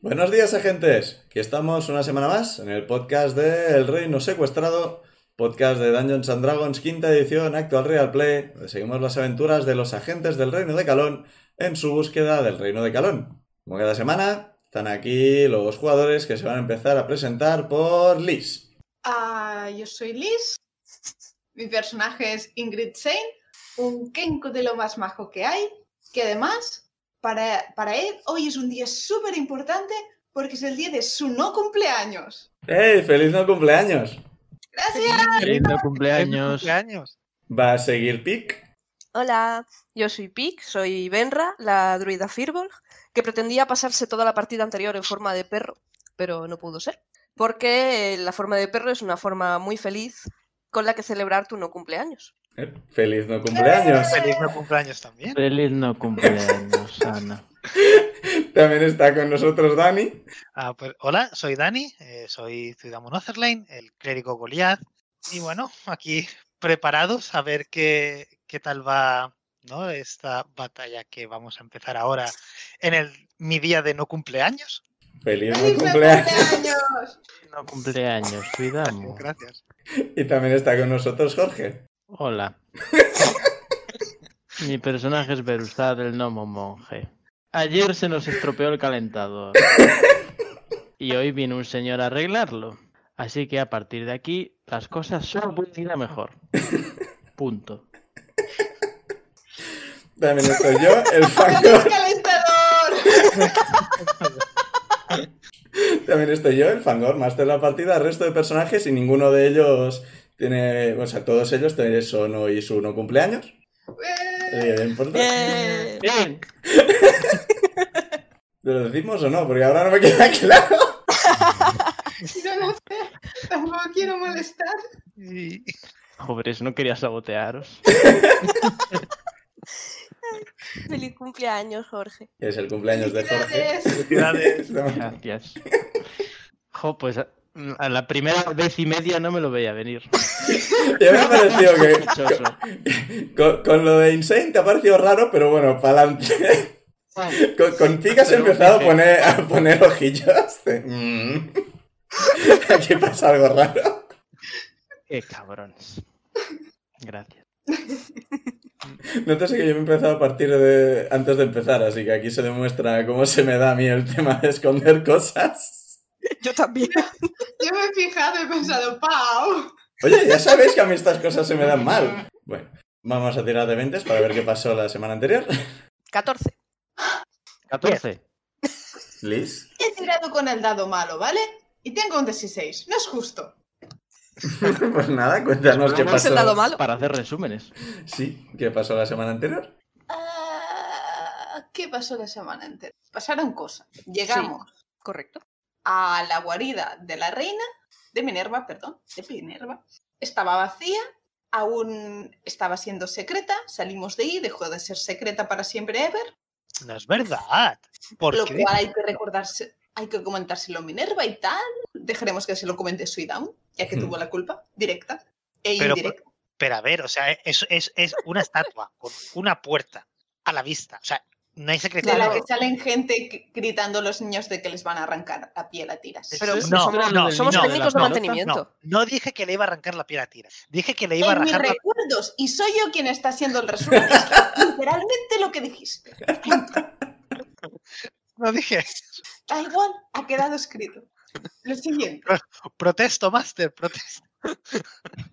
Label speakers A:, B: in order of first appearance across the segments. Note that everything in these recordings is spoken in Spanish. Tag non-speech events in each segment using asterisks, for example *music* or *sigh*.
A: Buenos días, agentes. Aquí estamos una semana más en el podcast de El Reino Secuestrado, podcast de Dungeons and Dragons, quinta edición, actual Real Play, donde seguimos las aventuras de los agentes del Reino de Calón en su búsqueda del Reino de Calón. Como cada semana, están aquí los jugadores que se van a empezar a presentar por Liz.
B: Ah, yo soy Liz. Mi personaje es Ingrid Shane, un Kenku de lo más majo que hay, que además para, para él hoy es un día súper importante porque es el día de su no cumpleaños.
A: ¡Hey! ¡Feliz no cumpleaños!
B: ¡Gracias!
C: Lindo cumpleaños.
A: ¿Va a seguir Pic?
D: Hola, yo soy Pic, soy Benra, la druida Firbolg, que pretendía pasarse toda la partida anterior en forma de perro, pero no pudo ser. Porque eh, la forma de perro es una forma muy feliz con la que celebrar tu no cumpleaños.
A: Eh, ¡Feliz no cumpleaños!
E: Feliz no cumpleaños también.
C: Feliz no cumpleaños, Ana.
B: ¡Eh!
A: También está con nosotros Dani.
E: Ah, pues, hola, soy Dani, eh, soy Ciudadano Otherlane, el clérigo Goliath. Y bueno, aquí preparados a ver qué, qué tal va ¿no? esta batalla que vamos a empezar ahora en el mi día de no cumpleaños.
A: ¡Feliz no
B: ¡Feliz no
A: cumpleaños!
B: cumpleaños!
C: No cumpleaños, cuidamos.
E: Gracias.
A: Y también está con nosotros Jorge.
C: *laughs* Hola. Mi personaje es Berusad, el gnomo monje. Ayer se nos estropeó el calentador. Y hoy vino un señor a arreglarlo. Así que a partir de aquí, las cosas solo pueden ir a mejor. Punto.
A: También estoy yo, el *laughs*
B: ¡Apagad el
A: fangor.
B: calentador!
A: También estoy yo, el fangor, master de la partida, el resto de personajes y ninguno de ellos tiene. O sea, todos ellos tienen- son hoy su no cumpleaños.
B: Eh,
A: Eh, importante.
D: ¡Bien!
C: Bien.
A: ¿Lo decimos o no? Porque ahora no me queda *laughs* claro.
B: yo Eh, no sé, tampoco quiero molestar.
E: Y-
C: Pobres, no quería sabotearos.
D: *laughs* ¡Feliz cumpleaños, Jorge!
A: Es el cumpleaños de Jorge.
B: Felicidades.
E: Felicidades.
C: Gracias. Jo, pues a, a la primera vez y media no me lo veía venir.
A: *laughs* Ya me ha parecido
C: Sospechoso.
A: que. Con, con lo de Insane te ha parecido raro, pero bueno, pa'lante. Con, con Pika se ha
C: Pero
A: empezado a
C: dije-
A: poner, a poner ojillos. de, "Mm". *laughs* Aquí pasa algo raro.
C: Qué cabrones. Gracias.
A: No te sé que yo me he empezado a partir de. antes de empezar, así que aquí se demuestra cómo se me da a mí el tema de esconder cosas.
D: Yo también.
B: Yo me he fijado y he pensado, ¡Pau!
A: Oye, ya sabéis que a mí estas cosas se me dan mal. Bueno, vamos a tirar de 20 para ver qué pasó la semana anterior.
D: 14.
C: 14.
A: Liz.
B: He tirado con el dado malo, ¿vale? Y tengo un 16, no es justo.
A: Pues nada, cuéntanos qué
C: ¿Cómo
D: ¿Es el dado
A: pasó.
D: malo?
C: Para hacer resúmenes.
A: Sí, qué pasó la semana anterior.
B: Ah, ¿Qué pasó la semana entera? Pasaron cosas. Llegamos
D: Correcto.
B: a la guarida de la reina, de Minerva, perdón, de Minerva. Estaba vacía, aún estaba siendo secreta, salimos de ahí, dejó de ser secreta para siempre ever,
E: No es verdad. ¿Por
B: lo
E: qué?
B: cual hay que recordarse, hay que comentárselo a Minerva y tal. Dejaremos que se lo comente Suidaun, ya que
A: Hmm.
B: tuvo la culpa, directa e
E: Pero por-
B: indirecta.
E: Pero a ver, o sea, es, es, es una estatua con una puerta a la vista. O sea, no hay secreto.
B: De la
D: claro.
B: que salen gente gr- gritando a los niños de que les van a arrancar la piel a tiras.
D: Pero
E: No,
D: somos,
E: no,
D: somos
E: no,
D: técnicos de
E: no,
D: mantenimiento.
E: No, no dije que le iba a arrancar la piel a tira. Dije que le iba a
B: en mis
E: arrancar la
B: recuerdos y soy yo quien está haciendo el resumen. *laughs* Es literalmente lo que dijiste.
E: No dije.
B: Da igual, ha quedado escrito. Lo siguiente.
E: Protesto, máster, protesto.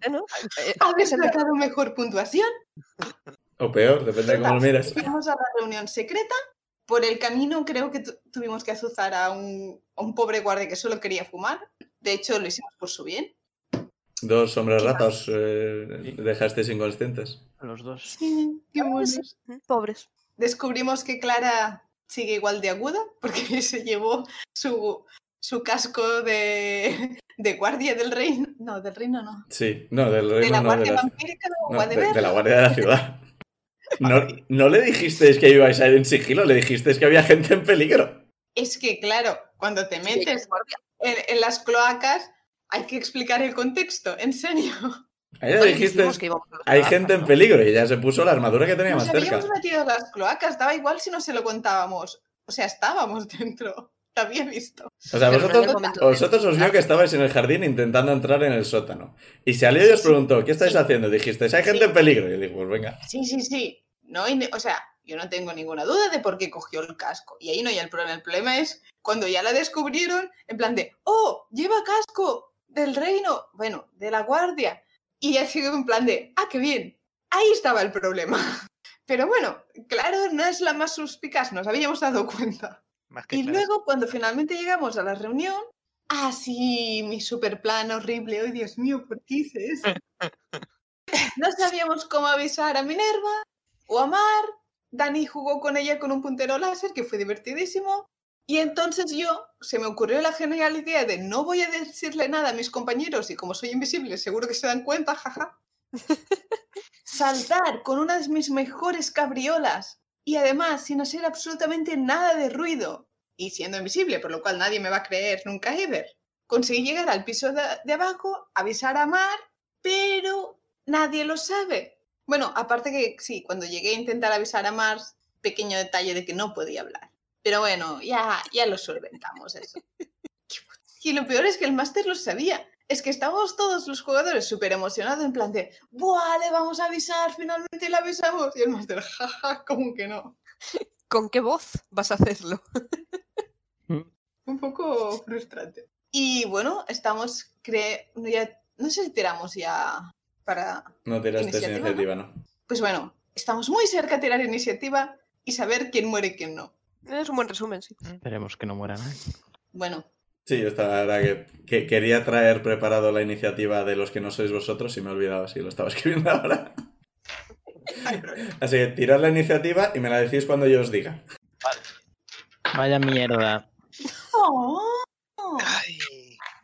D: Bueno, eh,
B: ¿Habéis
D: es el-
B: sacado mejor puntuación?
A: O peor, depende de cómo lo miras.
B: Fuimos a la reunión secreta. Por el camino creo que tu- tuvimos que azuzar a un, a un pobre guardia que solo quería fumar. De hecho, lo hicimos por su bien.
A: Dos hombres ratas eh, dejasteis inconscientes.
C: Los dos.
B: Qué
D: buenos. Pobres.
B: Descubrimos que Clara sigue igual de aguda porque *laughs* se llevó su, su casco de, de guardia del reino. No, del reino no.
A: Sí, no, del reino
B: De la
A: no,
B: guardia
A: de la,
B: vampírica o
A: no, de-
B: whatever.
A: de la guardia de
D: *laughs*
A: la ciudad. No, no le dijisteis que ibais a ir en sigilo, le dijisteis que había gente en peligro.
B: Es que, claro, cuando te
D: Sí,
B: metes en, en las cloacas hay que explicar el contexto, en serio.
A: A ella
D: no
A: le
D: le
A: dijiste,
D: dijimos que íbamos a los
A: hay
D: Calabaza,
A: gente en
D: ¿no?
A: peligro y ella se puso la armadura que *laughs* tenía
B: Nos
A: más cerca.
B: habíamos metido en las cloacas, daba igual si no se lo contábamos. O sea, estábamos dentro, *laughs* te había visto.
A: O sea,
D: Pero no
A: vosotros,
D: en el momento de- ¿eh?
A: vosotros os vio que estabais en el jardín intentando entrar en el sótano. Y salió y os preguntó, ¿qué estáis haciendo? Dijisteis, hay gente en peligro. Y yo digo, pues venga.
B: *laughs* Sí, sí, sí. No, hay ni- o sea, yo no tengo ninguna duda de por qué cogió el casco. Y ahí no hay el problema. El problema es cuando ya la descubrieron, en plan de, oh, lleva casco del reino, bueno, de la guardia. Y ya sigue en plan de, ah, qué bien. Ahí estaba el problema. *laughs* Pero bueno, claro, no es la más suspicaz, nos habíamos dado cuenta.
E: Más que
B: Y
E: claro.
B: luego, cuando finalmente llegamos a la reunión, ah, sí, mi super plan horrible, oh Dios mío, ¿por qué hice eso? No sabíamos cómo avisar a Minerva o a Mar. Dani jugó con ella con un puntero láser, que fue divertidísimo. Y entonces yo, se me ocurrió la genial idea de no voy a decirle nada a mis compañeros y como soy invisible, seguro que se dan cuenta, jaja. Saltar con una de mis mejores cabriolas y además sin hacer absolutamente nada de ruido y siendo invisible, por lo cual nadie me va a creer nunca ever. Conseguí llegar al piso de, de abajo, avisar a Mar, pero nadie lo sabe. Bueno, aparte que sí, cuando llegué a intentar avisar a Mar, pequeño detalle de que no podía hablar. Pero bueno, ya, ya lo solventamos eso. Y lo peor es que el máster lo sabía. Es que estábamos todos los jugadores súper emocionados en plan de, ¡buah, le vamos a avisar! Finalmente le avisamos. Y el máster, jaja, ¿cómo que no?
D: ¿Con qué voz vas a hacerlo?
B: Un poco frustrante. Y bueno, estamos, cre... no, ya- no sé si tiramos ya para...
A: No tiraste sin
B: Iniciativa,
A: iniciativa, ¿no?
B: Pues bueno, estamos muy cerca de tirar iniciativa y saber quién muere y quién no.
D: Es un buen resumen, sí.
C: Esperemos que no muera nadie.
B: Bueno,
A: Sí, yo estaba, la verdad, que, que quería traer preparado la iniciativa de los que no sois vosotros y me he olvidado si lo estaba *laughs* escribiendo ahora. Así que tirad la iniciativa y me la decís cuando yo os diga.
C: Vaya mierda.
B: ¡Oh!
E: Ay,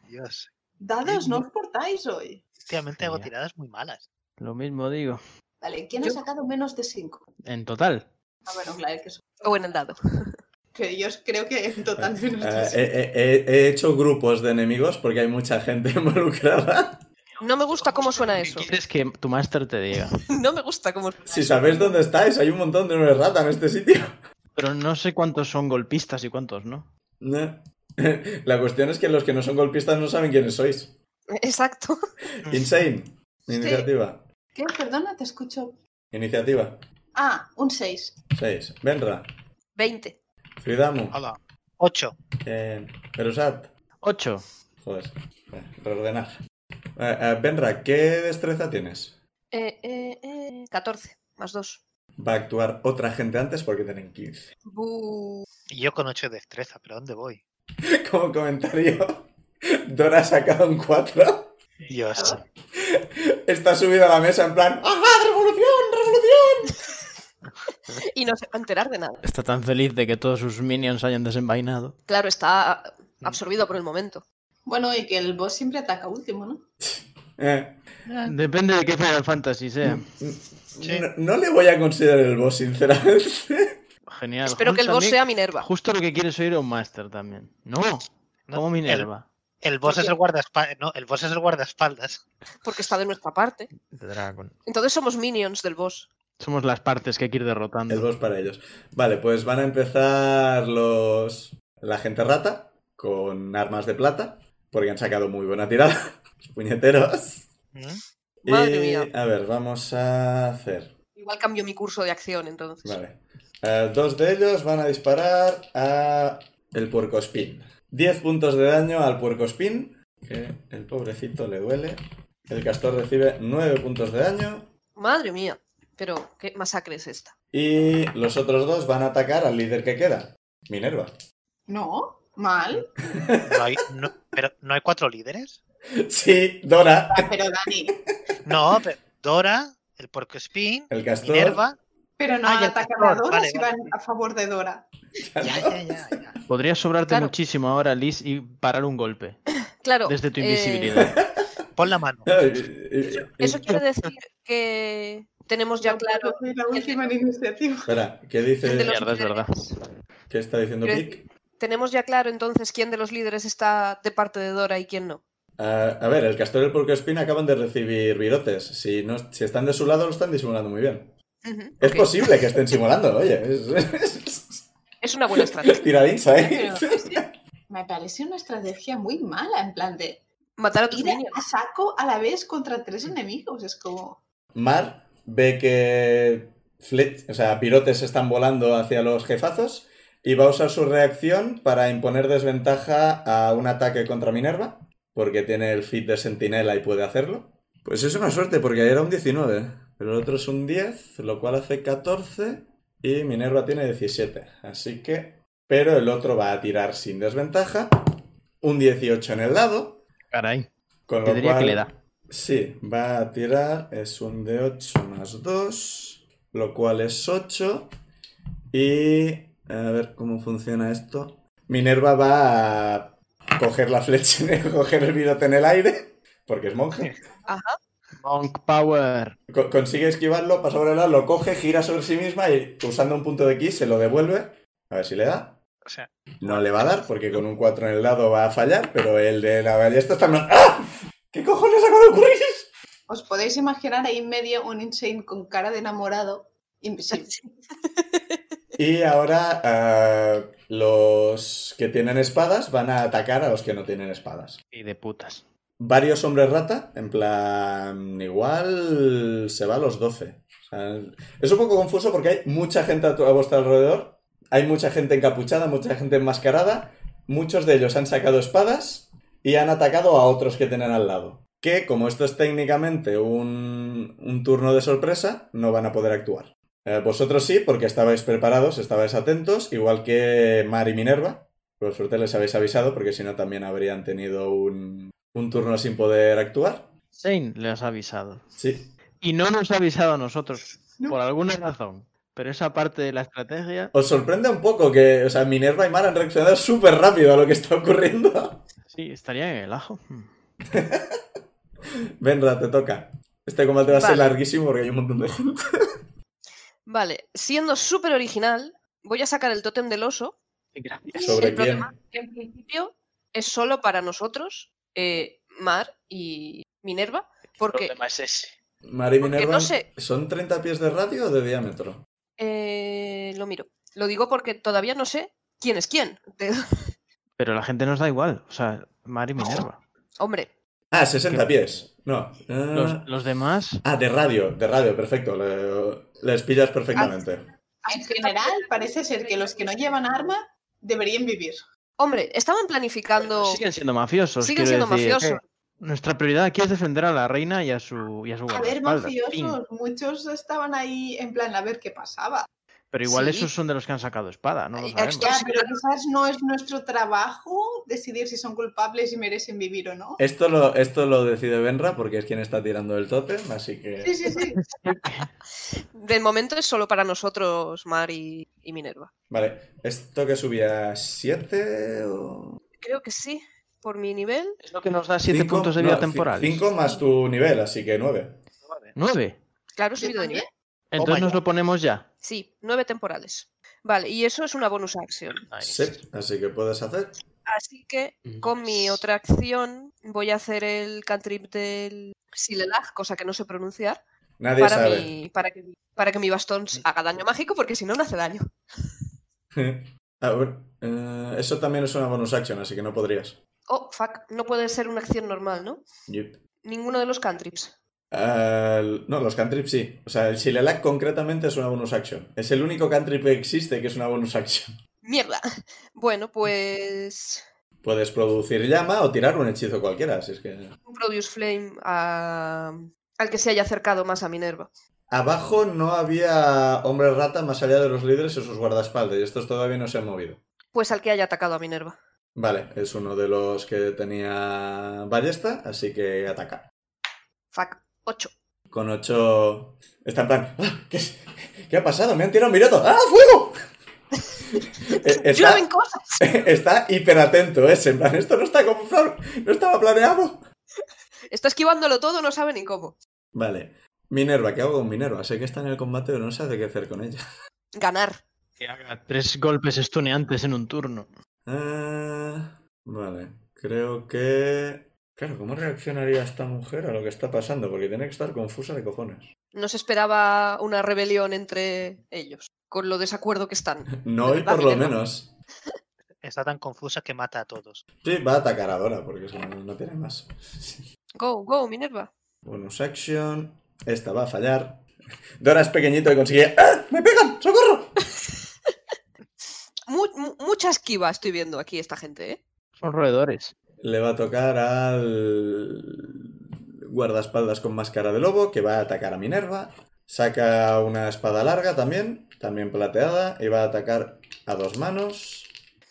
E: Dios.
B: Dados, no os portáis hoy.
E: Últimamente hago
C: Mira.
E: tiradas muy malas.
C: Lo mismo digo.
B: Vale, ¿quién ha
D: Yo-
B: sacado menos de 5?
C: En total.
B: Ah, bueno, claro, que, es-
D: O en el dado.
B: que yo creo que en total menos
A: Ah,
B: de
A: he,
B: 5.
A: he- he- he hecho grupos de enemigos porque hay mucha gente *laughs* involucrada.
D: No me gusta cómo suena eso. *laughs*
C: ¿Qué quieres que tu máster te diga?
D: No me gusta cómo suena.
A: Si sabéis dónde estáis, hay un montón de nueve rata en este sitio.
C: Pero no sé cuántos son golpistas y cuántos no.
A: No. *laughs* La cuestión es que los que no son golpistas no saben quiénes sois.
D: *laughs* Exacto.
A: Insane.
B: Sí.
A: Iniciativa.
B: ¿Qué? Perdona, te escucho.
A: Iniciativa.
B: Ah, un 6.
A: 6. Benra.
D: 20.
A: Zuidamu.
E: Hola. Ocho.
A: Eh, Perusat.
C: Ocho.
A: Joder. eh, Reordenar. Eh, eh, Benra, ¿qué destreza tienes?
D: Eh, eh, eh, 14. Más 2.
A: Va a actuar otra gente antes porque tienen 15.
D: Bu...
E: Y yo con ocho de destreza, pero ¿a ¿dónde voy?
A: *laughs* Como comentario, *laughs* Dora ha sacado un 4.
E: Dios.
A: Está subido a la mesa en plan ¡Ajá, revolución, revolución!
D: Y no se va a enterar de nada.
C: Está tan feliz de que todos sus minions hayan desenvainado.
D: Claro, está absorbido por el momento.
B: Bueno, y que el boss siempre ataca último, ¿no?
A: Eh,
C: Depende de qué Final Fantasy sea.
A: no, no le voy a considerar el boss, sinceramente. *laughs*
C: Genial.
D: Espero que el
C: Justo a
D: boss
C: mí-
D: sea Minerva.
C: Justo lo que quieres oír a un máster también. No,
E: No,
C: como
E: el-
C: Minerva.
E: El boss es el guardaespaldas. No, el boss es el guardaespaldas.
D: Porque está de nuestra parte.
C: The Dragon.
D: Entonces somos minions del boss.
C: Somos las partes que hay que ir derrotando.
A: El boss para ellos. Vale, pues van a empezar los. La gente rata con armas de plata. Porque han sacado muy buena tirada. *laughs* Los puñeteros.
E: ¿Mm?
D: Madre
A: y,
D: mía.
A: A ver, vamos a hacer.
D: Igual cambio mi curso de acción entonces.
A: Vale. Eh, dos de ellos van a disparar a el puercospin. 10 puntos de daño al puercospin. Que el pobrecito le duele. El castor recibe 9 puntos de daño.
D: Madre mía. Pero, ¿qué masacre es esta?
A: Y los otros dos van a atacar al líder que queda. Minerva. *laughs*
B: No, mal.
E: No hay- no- pero no hay cuatro líderes.
A: Sí, Dora.
B: Ah, Pero Dani,
E: No, pero Dora, el Porco Spin,
A: El castor. *laughs*
E: Minerva,
B: Pero no
E: Ah, y el
B: atacan a
E: factor,
B: Dora
E: vale,
B: si
E: vale.
B: van a favor de Dora.
E: Ya, ya, ya, ya.
C: Podría sobrarte
D: Claro.
C: muchísimo ahora, Liz, y parar un golpe
D: Claro.
C: desde tu
D: eh,
C: invisibilidad.
D: *laughs*
E: Pon la mano.
D: Eso quiere decir que tenemos ya claro.
B: Fue la última
D: el-
B: *laughs* iniciativa.
A: Espera, ¿qué
D: quién de
A: dice?
D: los
C: Mierda, es verdad.
D: líderes-
A: ¿Qué está diciendo
D: Quiero
A: Pic?
D: Tenemos ya claro entonces quién de los líderes está de parte de Dora y quién no.
A: Ah, a ver, el castor y el porco espina acaban de recibir virotes. Si, no, si están de su lado, lo están disimulando muy bien.
D: Ujú,
A: Es
D: ok.
A: posible que estén simulando, oye. Es,
D: Es una buena estrategia.
A: tiradinsa, ¿eh?
B: Pero, es que me parece una estrategia muy mala, en plan de
D: Matar a tus
B: ir
D: niños.
B: a saco a la vez contra tres
E: Mm.
B: enemigos. Es como.
A: Mar ve que flet- o sea, pirotes están volando hacia los jefazos y va a usar su reacción para imponer desventaja a un ataque contra Minerva, porque tiene el fit de sentinela y puede hacerlo. Pues es una suerte, porque era un 19, pero el otro es un 10, lo cual hace 14 y Minerva tiene 17. Así que... Pero el otro va a tirar sin desventaja, un 18 en el dado,
C: Caray,
A: con
C: te
A: lo
C: diría
A: cual...
C: que le da.
A: Sí, va a tirar, es un de 8 más 2, lo cual es 8. Y a ver cómo funciona esto. Minerva va a coger la flecha, *laughs* en el- coger el virote en el aire, porque es monje.
C: Monk Power.
A: Co- consigue esquivarlo, pasa por el lado, lo coge, gira sobre sí misma y usando un punto de ki se lo devuelve. A ver si le da.
E: O sea,
A: No le va a dar, porque con un 4 en el lado va a fallar, pero el de la ballesta está... en plan, ¡Ah! ¿Qué cojones acaba de ocurrir?
B: Os podéis imaginar ahí en medio un insane con cara de enamorado
E: *laughs*
B: invisible.
A: Y ahora ah, los que tienen espadas van a atacar a los que no tienen espadas.
C: Y de putas.
A: Varios hombres rata, en plan, igual se va a los 12. O sea, es un poco confuso porque hay mucha gente a, tu- a vuestro alrededor, hay mucha gente encapuchada, mucha gente enmascarada, muchos de ellos han sacado espadas y han atacado a otros que tienen al lado. Que como esto es técnicamente un, un turno de sorpresa, no van a poder actuar. Eh, vosotros sí, porque estabais preparados, estabais atentos, igual que Mar y Minerva. Por suerte les habéis avisado, porque si no también habrían tenido un, un turno sin poder actuar.
C: Shane, le has avisado.
A: Sí.
C: Y no nos ha avisado a nosotros,
B: No.
C: por alguna razón. Pero esa parte de la estrategia,
A: Os sorprende un poco que, o sea, Minerva y Mar han reaccionado súper rápido a lo que está ocurriendo. *laughs*
C: sí, estaría en el ajo. Hmm.
A: Venra, te toca. Este combate va a ser
D: Vale.
A: larguísimo porque hay un montón de gente.
D: Vale, siendo súper original, voy a sacar el tótem del oso.
C: Gracias.
A: ¿Sobre
D: El
A: quién?
D: problema, en principio, es solo para nosotros, eh, Mar y Minerva,
C: El
D: porque
C: problema es ese.
A: Mar y
D: Porque
A: Minerva,
D: no sé.
A: ¿son 30 pies de radio o de diámetro?
D: eh, lo miro. Lo digo porque todavía no sé quién es quién. De- *laughs*
C: Pero la gente nos da igual. O sea, Mari Minerva.
D: Hombre,
A: Ah, 60
C: ¿Qué?
A: pies. No. eh,
C: Los, los demás,
A: Ah, de radio, de radio, perfecto. le- les pillas perfectamente.
D: Ah,
B: En general, parece ser que los que no llevan arma deberían vivir.
D: hombre, estaban planificando.
C: siguen siendo mafiosos.
D: Siguen
C: quiero
D: siendo
C: decir. ¿eh?
D: mafiosos.
C: Nuestra prioridad aquí es defender a la reina y a su y a su
B: A ver,
C: guardaespaldas. Fin.
B: mafiosos, muchos estaban ahí en plan a ver qué pasaba.
C: Pero igual
D: Sí.
C: esos son de los que han sacado espada, no lo
D: Ay,
C: sabemos.
D: extra-
B: Ya, pero quizás no es nuestro trabajo decidir si son culpables y merecen vivir o no.
A: Esto lo, esto lo decide Benra porque es quien está tirando el tótem, así que...
B: Sí, sí, sí.
D: De momento es solo para nosotros, Mar y, y Minerva.
A: Vale, esto que subía 7 o...
D: Creo que sí, por mi nivel.
C: Es lo que nos da siete puntos de vida temporal.
A: 5 más tu nivel, así que 9.
C: Nueve.
D: Claro, he
B: Yo
D: subido de nivel.
B: también.
C: Entonces
E: my
C: nos
E: God.
C: lo ponemos ya.
D: Sí, nueve temporales. Vale, y eso es una bonus action.
A: Sí, así que puedes hacer.
D: Así que
C: Mm,
D: con mi
C: Nice.
D: otra acción voy a hacer el cantrip del Silelag, cosa que no sé pronunciar,
A: Nadie
D: para,
A: sabe. *laughs*
D: mi- para, que, para que mi bastón
C: Mm.
D: haga daño mágico, porque si no, no hace daño.
A: Ah, bueno, eh, eso también es una bonus action, así que no podrías.
D: Oh, fuck, no puede ser una acción normal, ¿no?
A: Yep.
D: Ninguno de los cantrips.
A: Ah, no, los cantrips sí. O sea, el Shilelak concretamente es una bonus action. Es el único cantrip que existe que es una bonus action. *laughs*
D: ¡Mierda! *laughs* Bueno, pues.
A: Puedes producir llama o tirar un hechizo cualquiera, así es que...
D: Un Produce Flame a- al que se haya acercado más a Minerva.
A: Abajo no había hombre rata más allá de los líderes y sus guardaespaldas, y estos todavía no se han movido.
D: Pues al que haya atacado a Minerva.
A: Vale, es uno de los que tenía ballesta, así que ataca.
D: Fuck, 8.
A: Con 8... Está en plan... "Ah, ¿Qué es, ¿Qué ha pasado? Me han tirado un minuto. ¡Ah, fuego! Eh, está,
D: ¡Llueven cosas!
A: *laughs* está hiperatento ese. En plan, esto no está como plan- no estaba planeado.
D: Está esquivándolo todo, no sabe ni cómo.
A: Vale. Minerva, ¿qué hago con Minerva? Sé que está en el combate, pero no sé de qué hacer con ella.
D: Ganar.
C: Que haga tres golpes estuneantes en un turno.
A: Ah, vale, creo que... Claro, ¿cómo reaccionaría esta mujer a lo que está pasando? Porque tiene que estar confusa de cojones.
D: No se esperaba una rebelión entre ellos, con lo desacuerdo que
C: *laughs*
D: están.
A: No hoy,
D: ¿Verdad,
A: por lo
D: Minerva?
A: menos.
E: Está tan confusa que mata a todos.
A: Sí, va a atacar a Dora, porque si no, no tiene más.
D: Go, go, Minerva.
A: Bonus action. Esta va a fallar. Dora es pequeñito y consigue... ¡Ah! ¡Me pegan! ¡Socorro!
D: Mu- mu- mucha esquiva estoy viendo aquí esta gente, ¿eh?
C: Son roedores.
A: Le va a tocar al... Guardaespaldas con máscara de lobo, que va a atacar a Minerva. Saca una espada larga también, también plateada, y va a atacar a dos manos.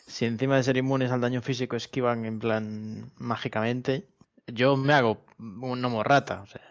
C: Si encima de ser inmunes al daño físico esquivan en plan mágicamente, yo me hago un morrata, o sea,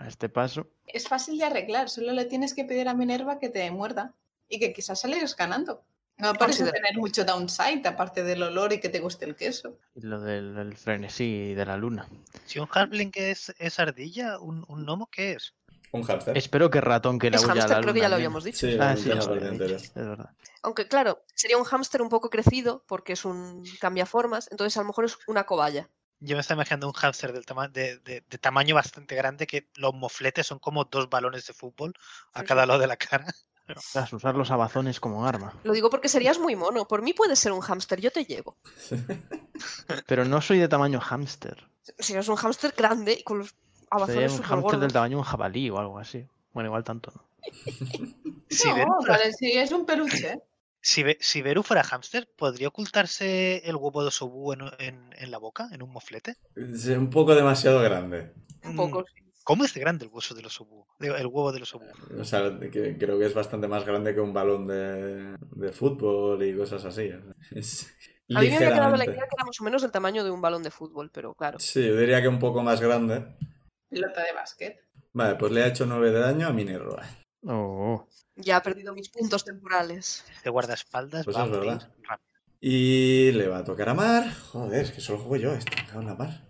C: a este paso.
B: Es fácil de arreglar, solo le tienes que pedir a Minerva que te muerda y que quizás salgas ganando. No parece
D: Considera-
B: tener mucho downside, aparte del olor y que te guste el queso.
C: Y lo del, del frenesí de la luna.
E: Si un halfling es, es ardilla, un, un gnomo, ¿qué es?
A: Un hámster.
C: Espero que ratón que la
D: es
C: huya a la
D: hámster, creo que ya lo
C: luna, nena.
D: habíamos dicho.
A: Sí,
C: Ah,
A: un
C: sí, ya lo
A: hámster
C: habíamos
A: entero. *laughs*
C: dicho, es verdad.
D: Aunque claro, sería un hámster un poco crecido, porque es un cambiaformas, entonces a lo mejor es una cobaya.
E: Yo me estaba imaginando un hámster del tama- de, de- de tamaño bastante grande que los mofletes son como dos balones de fútbol a
D: Sí,
E: cada lado de la cara. *laughs*
C: Ostras, usar los abazones como arma.
D: Lo digo porque serías muy mono. Por mí puedes ser un hámster, yo te llevo.
C: Pero no soy de tamaño hámster.
D: Serías un hámster grande y con los
C: Sería
D: abazones
C: un
D: súper
C: hámster del
D: gordos.
C: tamaño de un jabalí o algo así. Bueno, igual tanto no.
E: Si,
B: no,
E: Beru, fuera,
B: vale, sí, es un peluche. ¿eh?
E: si, Be- si Beru fuera hámster, ¿podría ocultarse el huevo de Sobu en, en- en la boca, en un moflete?
A: Es un poco demasiado grande.
D: Un poco.
E: ¿Cómo es de grande el hueso de los Sobu? Digo, El huevo de los Sobu.
A: O sea, que- creo que es bastante más grande que un balón de, de fútbol y cosas así. *laughs* Es
D: A mí me había quedado la
A: ligeramente.
D: idea que era más o menos del tamaño de un balón de fútbol, pero claro.
A: Sí, yo diría que un poco más grande.
B: Pelota de básquet.
A: Vale, pues le ha hecho 9 de daño a Minerva.
C: Oh,
D: Ya he perdido mis puntos temporales.
E: Este guardaespaldas
A: Pues
E: va a
A: es
E: morir
A: verdad.
E: rápido.
A: Y le va a tocar a Mar. Joder, es que solo juego yo esto. me cago en la Mar.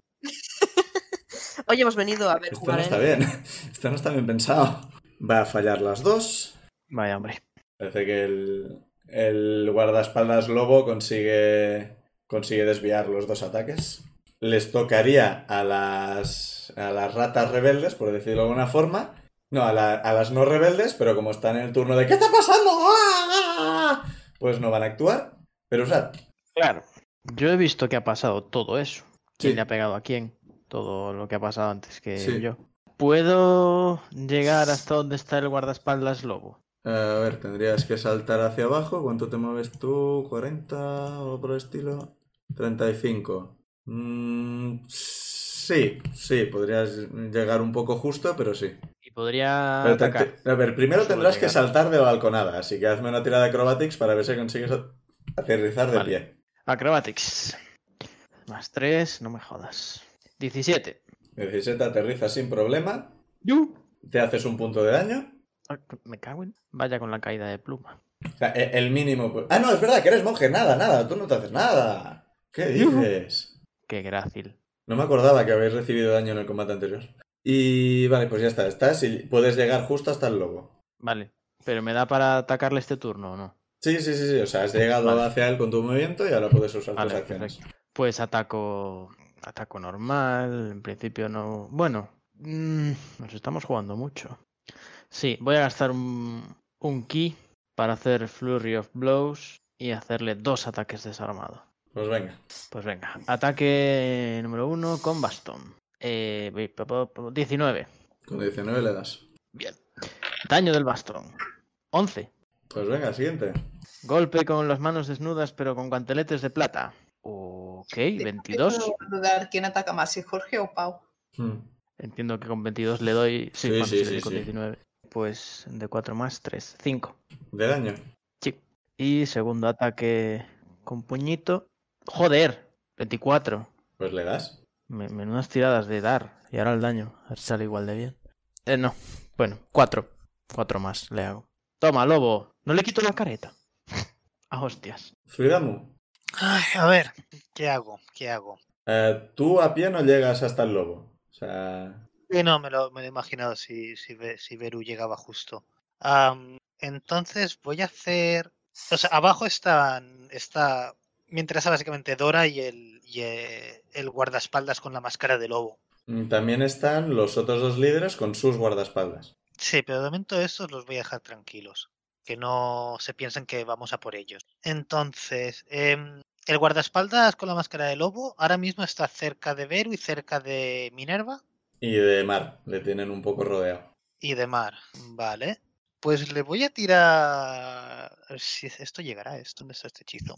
D: Hoy hemos venido a ver
A: Esto
D: jugar
A: no
D: a
A: está
D: él.
A: bien. *laughs* Esto no está bien pensado. Va a fallar las dos.
C: vaya hombre.
A: Parece que el, el guardaespaldas lobo consigue, consigue desviar los dos ataques. Les tocaría a las, a las ratas rebeldes, por decirlo de alguna forma. No, a, la- a las no rebeldes, pero como están en el turno de ¿Qué está pasando? ¡Ah! Pues no van a actuar. Pero usad.
C: Claro. Yo he visto que ha pasado todo eso. ¿Quién
A: Sí.
C: le ha pegado a quién? Todo lo que ha pasado antes que
A: Sí.
C: yo. ¿Puedo llegar hasta donde está el guardaespaldas lobo?
A: Eh, A ver, tendrías que saltar hacia abajo. ¿Cuánto te mueves tú? ¿40 o por el estilo? 35. Mm, sí, sí, podrías llegar un poco justo, pero sí.
C: Y podría
A: Pero te-
C: atacar.
A: te- a ver, primero
C: Solo
A: tendrás que
C: llegar.
A: saltar de balconada, así que hazme una tirada de acrobatics para ver si consigues a- aterrizar de
C: Vale.
A: pie.
C: Acrobatics. Más tres, no me jodas. 17.
A: 17 aterrizas sin problema,
C: ¡Yu!
A: te haces un punto de daño.
C: Ah, Me cago en. Vaya con la caída de pluma.
A: O sea, e- el mínimo. pues- Ah, no, es verdad que eres monje, nada, nada, tú no te haces nada. ¿Qué
C: Yujú.
A: dices?
C: Qué grácil.
A: No me acordaba que habéis recibido daño en el combate anterior. Y vale, pues ya está, estás y puedes llegar justo hasta el lobo.
C: Vale. Pero me da para atacarle este turno o no.
A: Sí, sí, sí, sí, o sea, has llegado
C: Vale.
A: hacia él con tu movimiento y ahora puedes usar
C: Vale,
A: tus acciones.
C: Pues ataco. Ataco normal. En principio no. Bueno. mm, nos estamos jugando mucho. Sí, voy a gastar un, un ki para hacer Flurry of Blows y hacerle dos ataques desarmados.
A: Pues venga,
C: Pues venga, ataque número uno con bastón. Eh, vi- pa- pa- pa- 19.
A: con 19 le das.
C: Bien. Daño del bastón. 11.
A: Pues venga, siguiente.
C: Golpe con las manos desnudas pero con guanteletes de plata. Ok, 22.
B: Quiero dudar quién ataca más, si Jorge o Pau.
A: Hmm.
C: Entiendo que con 22 le doy... Sí,
A: Sí,
C: bueno,
A: sí,
C: sí, le
A: sí,
C: doy con
A: sí.
C: 19. Pues de 4 más 3, 5.
A: De daño.
C: Sí. Y segundo ataque con puñito. Joder, 24.
A: Pues le das.
C: Me- Menudas tiradas de dar. Y ahora el daño. A ver si sale igual de bien. Eh, no. Bueno, cuatro. Cuatro más le hago. Toma, lobo. No le quito la careta. *laughs* A hostias.
A: Zuidamu,
E: Ay, a ver, ¿qué hago? ¿Qué hago?
A: eh, tú a pie no llegas hasta el lobo. O sea,
E: Sí, no, me lo, me lo he imaginado si, si, Ve- si Beru llegaba justo. Am, entonces voy a hacer. O sea, abajo están. Está. Me interesa básicamente Dora y el, y eh, el guardaespaldas con la máscara de lobo.
A: mm, también están los otros dos líderes con sus guardaespaldas.
E: Sí, pero de momento estos los voy a dejar tranquilos. Que no se piensen que vamos a por ellos. Entonces, em, el guardaespaldas con la máscara de lobo ahora mismo está cerca de Beru y cerca de Minerva
A: Y de mar, le tienen un poco rodeado.
E: y de Mar. Vale. Pues le voy a tirar. a ver Si esto llegará, esto dónde está este hechizo.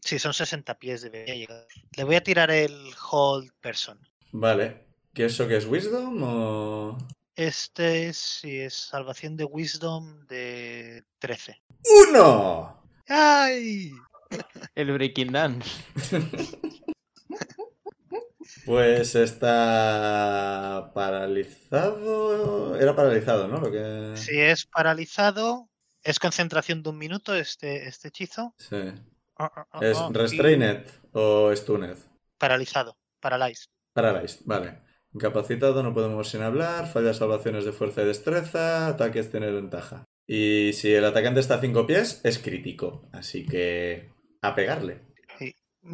E: Sí, son 60 pies, debería llegar. Le voy a tirar el Hold Person.
A: Vale. ¿Qué eso que es Wisdom o...?
E: Este es, sí, es salvación de Wisdom de 13.
A: ¡Uno!
E: ¡Ay!
C: El Breaking Dance.
A: Pues está paralizado. Era paralizado, ¿no? Lo que...
E: Si es paralizado, es concentración de un minuto este, este hechizo.
A: Sí.
E: Ah, ah, ah,
A: ¿Es
E: ah, y
A: restrained o stunned?
E: Paralizado, paralyzed.
A: Paralyzed, vale. Incapacitado, no podemos sin hablar, falla salvaciones de fuerza y destreza, ataques tiene ventaja. Y si el atacante está a 5 pies, es crítico, así que a pegarle.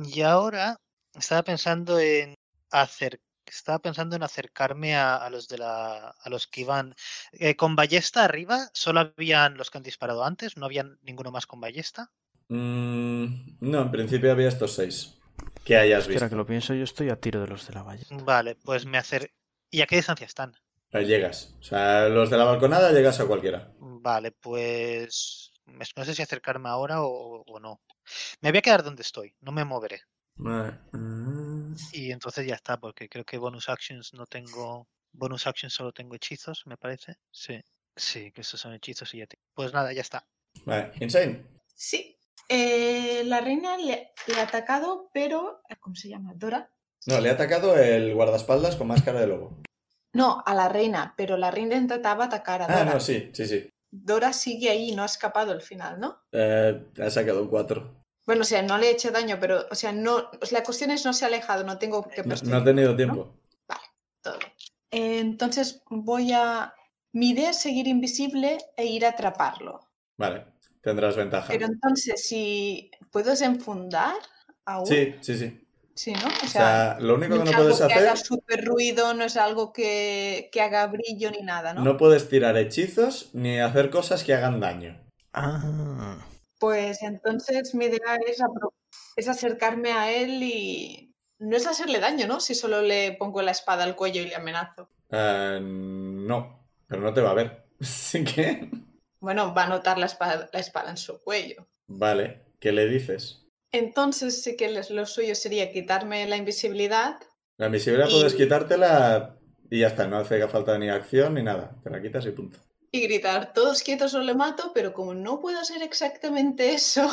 E: Y ahora estaba pensando en hacer, estaba pensando en acercarme a, a los de la, a los que iban eh, con ballesta arriba. Solo habían los que han disparado antes, no habían ninguno más con ballesta.
A: Mm, no, en principio había estos 6. Que hayas
C: Espera
A: visto.
C: que lo pienso, yo estoy a tiro de los de la valla.
E: Vale, pues me hacer. ¿Y a qué distancia están?
A: Eh, Llegas. O sea, los de la balconada llegas a cualquiera.
E: Vale, pues es- no sé si acercarme ahora o, o no. Me voy a quedar donde estoy, no me moveré.
A: Vale.
C: ah.
A: Mm,
E: Y entonces ya está, porque creo que bonus actions no tengo. Bonus actions solo tengo hechizos, me parece. Sí. Sí, que esos son hechizos y ya te- Pues nada, ya está.
A: Vale, insane.
B: Sí. Eh, la reina le, le ha atacado, pero. ¿Cómo se llama? ¿Dora?
A: No, le ha atacado el guardaespaldas con máscara de lobo.
B: No, a la reina, pero la reina intentaba atacar a Dora.
A: Ah, no, sí, sí, sí.
B: Dora sigue ahí, no ha escapado al final, ¿no?
A: Eh, ha sacado un 4.
B: Bueno, o sea, no le he hecho daño, pero, o sea, no. o sea, la cuestión es no se ha alejado, no tengo que
A: No,
B: perseguir
A: no ha tenido tiempo.
B: todo. Eh, entonces voy a. Mi idea es seguir invisible e ir a atraparlo.
A: Vale, tendrás ventaja.
B: Pero entonces, si. ¿Puedo desenfundar aún?
A: Sí, sí, sí.
B: Sí, ¿no?
A: O sea, lo único
B: No
A: que no
B: es algo
A: puedes
B: que haga
A: hacer,
B: súper ruido, no es algo que, que haga brillo ni nada, ¿no?
A: no puedes tirar hechizos ni hacer cosas que hagan daño.
C: Ah.
B: Pues entonces mi idea es, apro- es acercarme a él y no es hacerle daño, ¿no? Si solo le pongo la espada al cuello y le amenazo.
A: Eh, no, pero no te va a ver. *laughs* Así que...
B: Bueno, va a notar la espada, la espada en su cuello.
A: Vale, ¿qué le dices?
B: Entonces sí que les- lo suyo sería quitarme la invisibilidad.
A: La invisibilidad
B: Y-
A: puedes quitártela y ya está, no hace falta ni acción ni nada. Te la quitas y punto.
B: y gritar, todos quietos o le mato, pero como no puedo hacer exactamente eso,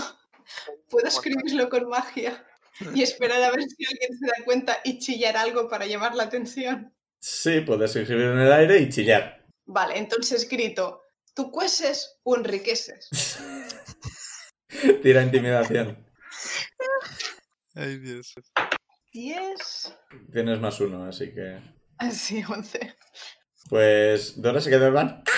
B: *laughs* puedo escribirlo con magia y esperar a ver si alguien se da cuenta y chillar algo para llamar la atención.
A: Sí, puedes escribir en el aire y chillar.
B: Vale, entonces grito, tú cueses o enriqueces.
A: Tira intimidación.
E: Ay, Dios.
B: 10,
A: Tienes más uno, así que...
B: *laughs* así 11.
A: Pues Dora se quedó en plan, "¡Ah!".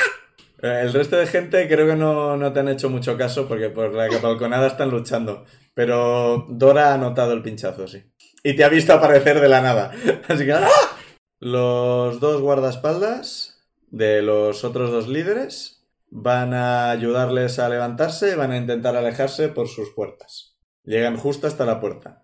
A: Eh, El resto de gente creo que no, no te han hecho mucho caso porque por la capalconada están luchando. Pero Dora ha notado el pinchazo, sí. Y te ha visto aparecer de la nada. *laughs* Así que... "¡Ah!". Los dos guardaespaldas de los otros dos líderes van a ayudarles a levantarse y van a intentar alejarse por sus puertas. Llegan justo hasta la puerta.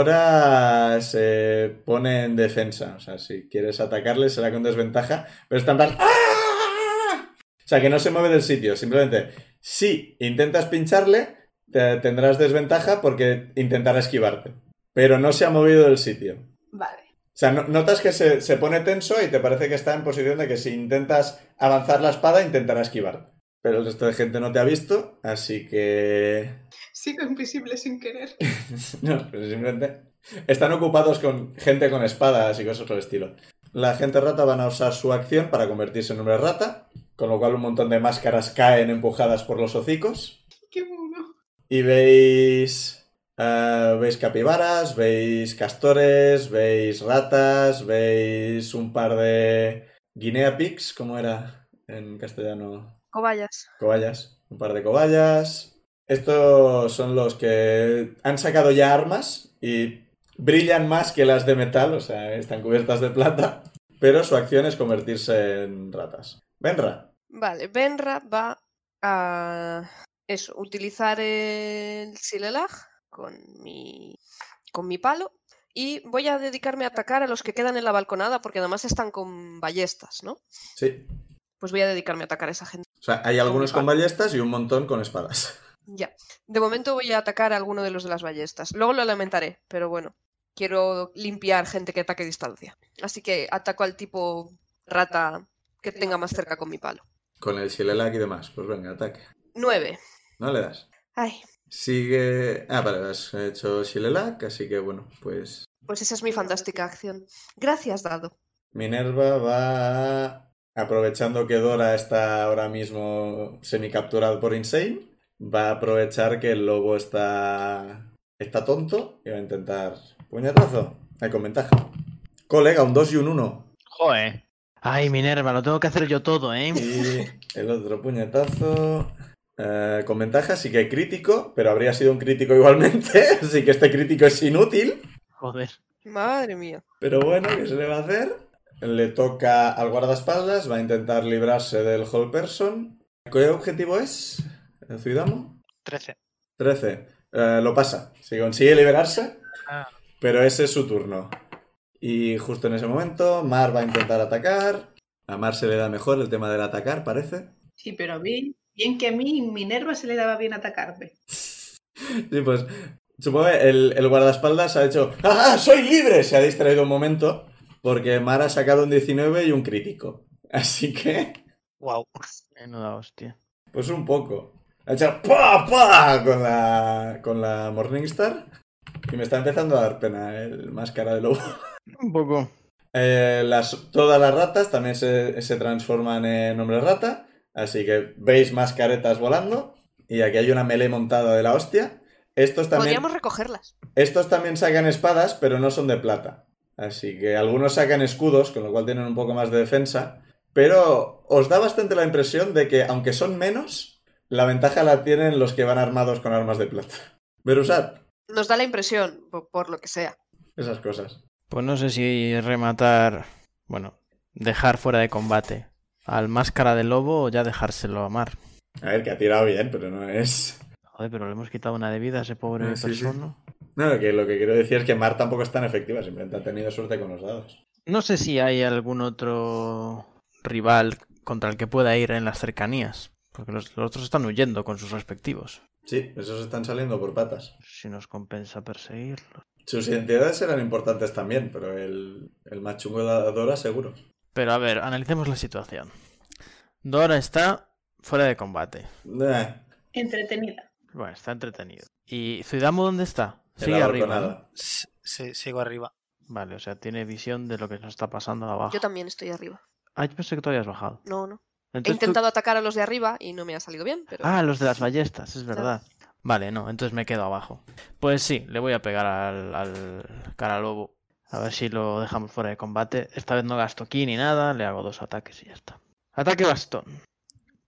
A: Dora se pone en defensa. O sea, si quieres atacarle será con desventaja. Pero está en plan... "¡Ah!". O sea, que no se mueve del sitio. Simplemente, si intentas pincharle, te- tendrás desventaja porque intentará esquivarte. Pero no se ha movido del sitio.
B: Vale,
A: O sea, no- notas que se, se pone tenso y te parece que está en posición de que si intentas avanzar la espada, intentará esquivarte. Pero el resto de gente no te ha visto, así que...
B: sigo invisible sin querer.
A: *laughs* No, pero simplemente están ocupados con gente con espadas y cosas por el estilo. La gente rata van a usar su acción para convertirse en hombre rata con lo cual un montón de máscaras caen empujadas por los hocicos.
B: ¡Qué mono!
A: Y veis. eh, veis capibaras, veis castores, veis ratas, veis un par de. Guinea pigs, ¿cómo era en castellano?
D: Cobayas.
A: Cobayas, un par de cobayas. Estos son los que han sacado ya armas y brillan más que las de metal, o sea, están cubiertas de plata, pero su acción es convertirse en ratas. Benra,
D: Vale, Benra va a eso, utilizar el Silelag con mi con mi palo y voy a dedicarme a atacar a los que quedan en la balconada porque además están con ballestas, ¿no?
A: sí.
D: Pues voy a dedicarme a atacar a esa gente.
A: O sea, hay algunos con ballestas y un montón con espadas. *laughs*
D: Ya. De momento voy a atacar a alguno de los de las ballestas. Luego lo lamentaré, pero bueno. Quiero limpiar gente que ataque distancia. Así que ataco al tipo rata que tenga más cerca con mi palo.
A: Con el Shilelak y demás. Pues venga, ataque.
D: 9.
A: No le das.
D: Ay,
A: Sigue. Ah, vale, has hecho Shilelak, así que bueno, pues.
D: pues esa es mi fantástica acción. Gracias, dado.
A: Minerva va. Aprovechando que Dora está ahora mismo semicapturado por Insane, va a aprovechar que el lobo está. está tonto y va a intentar. Puñetazo. Ahí con ventaja. Colega, un 2 y un 1.
C: Joder. Ay, Minerva, lo tengo que hacer yo todo, ¿eh?
A: Y el otro puñetazo. eh, con ventaja, sí que crítico, pero habría sido un crítico igualmente. *laughs* Así que este crítico es inútil.
C: Joder.
D: Madre mía.
A: Pero bueno, ¿qué se le va a hacer? Le toca al guardaespaldas, va a intentar librarse del whole person. ¿Qué objetivo es? ¿El Zuidamo?
E: 13.
A: 13. Eh, lo pasa. Si consigue liberarse,
E: Ah.
A: pero ese es su turno. Y justo en ese momento, Mar va a intentar atacar. A Mar se le da mejor el tema del atacar, parece.
B: Sí, pero a mí, bien que a mí, Minerva se le daba bien atacarme.
A: Sí, pues supongo que el, el guardaespaldas ha hecho ¡Ah, soy libre! Se ha distraído un momento porque Mar ha sacado un 19 y un crítico. Así que...
E: Wow.
C: Menuda hostia.
A: Pues un poco. Ha hecho pa pa con la con la Morningstar y me está empezando a dar pena el máscara de lobo. *laughs*
C: Un poco.
A: Eh, las, todas las ratas también se, se transforman en hombre rata, así que veis más caretas volando y aquí hay una melee montada de la hostia. Estos también
D: Podríamos recogerlas.
A: estos también sacan espadas, pero no son de plata. Así que algunos sacan escudos, con lo cual tienen un poco más de defensa. Pero os da bastante la impresión de que, aunque son menos, la ventaja la tienen los que van armados con armas de plata. *laughs* Verusat,
D: Nos da la impresión, po- por, lo que sea.
A: esas cosas.
C: Pues no sé si rematar. Bueno, dejar fuera de combate al máscara de lobo o ya dejárselo a Mar.
A: A ver, que ha tirado bien, pero no es.
C: Joder, pero le hemos quitado una de vida a ese pobre
A: Ah, sí, sí.
C: persona.
A: No, que lo que quiero decir es que Mar tampoco es tan efectiva, simplemente ha tenido suerte con los dados.
C: No sé si hay algún otro rival contra el que pueda ir en las cercanías. Porque los, los otros están huyendo con sus respectivos.
A: Sí, esos están saliendo por patas.
C: Si nos compensa perseguirlos.
A: Sus identidades eran importantes también, pero el, el más chungo de la Dora seguro.
C: Pero a ver, analicemos la situación. Dora está fuera de combate.
A: Eh,
B: Entretenida.
C: Bueno, está entretenido. ¿Y Zuidamo dónde está?
A: En
C: Sigue
A: la
C: arriba.
A: balconada.
C: ¿no?
E: S- sí, sigo arriba.
C: Vale, o sea, tiene visión de lo que nos está pasando abajo.
D: Yo también estoy arriba.
C: Ah, yo pensé que tú habías bajado.
D: No, no. He
C: Ah. Entonces tú-
D: intentado atacar a los de arriba y no me ha salido bien, pero
C: Ah, los de las ballestas, es verdad. Vale, no, entonces me quedo abajo. Pues sí, le voy a pegar al, al cara lobo. A ver si lo dejamos fuera de combate. Esta vez no gasto ki ni nada, le hago dos ataques y ya está. Ataque bastón.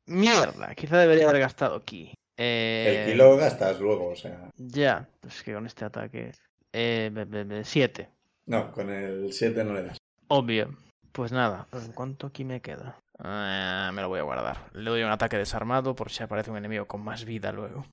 C: Mierda, quizá debería haber gastado ki. Eh,
A: El kilo gastas luego, o sea.
C: Ya, es que con este ataque. Eh, be- be- be- siete.
A: No, con el 7 no le das.
C: Obvio. Pues nada, ¿cuánto aquí me queda? Ah, me lo voy a guardar. Le doy un ataque desarmado por si aparece un enemigo con más vida luego.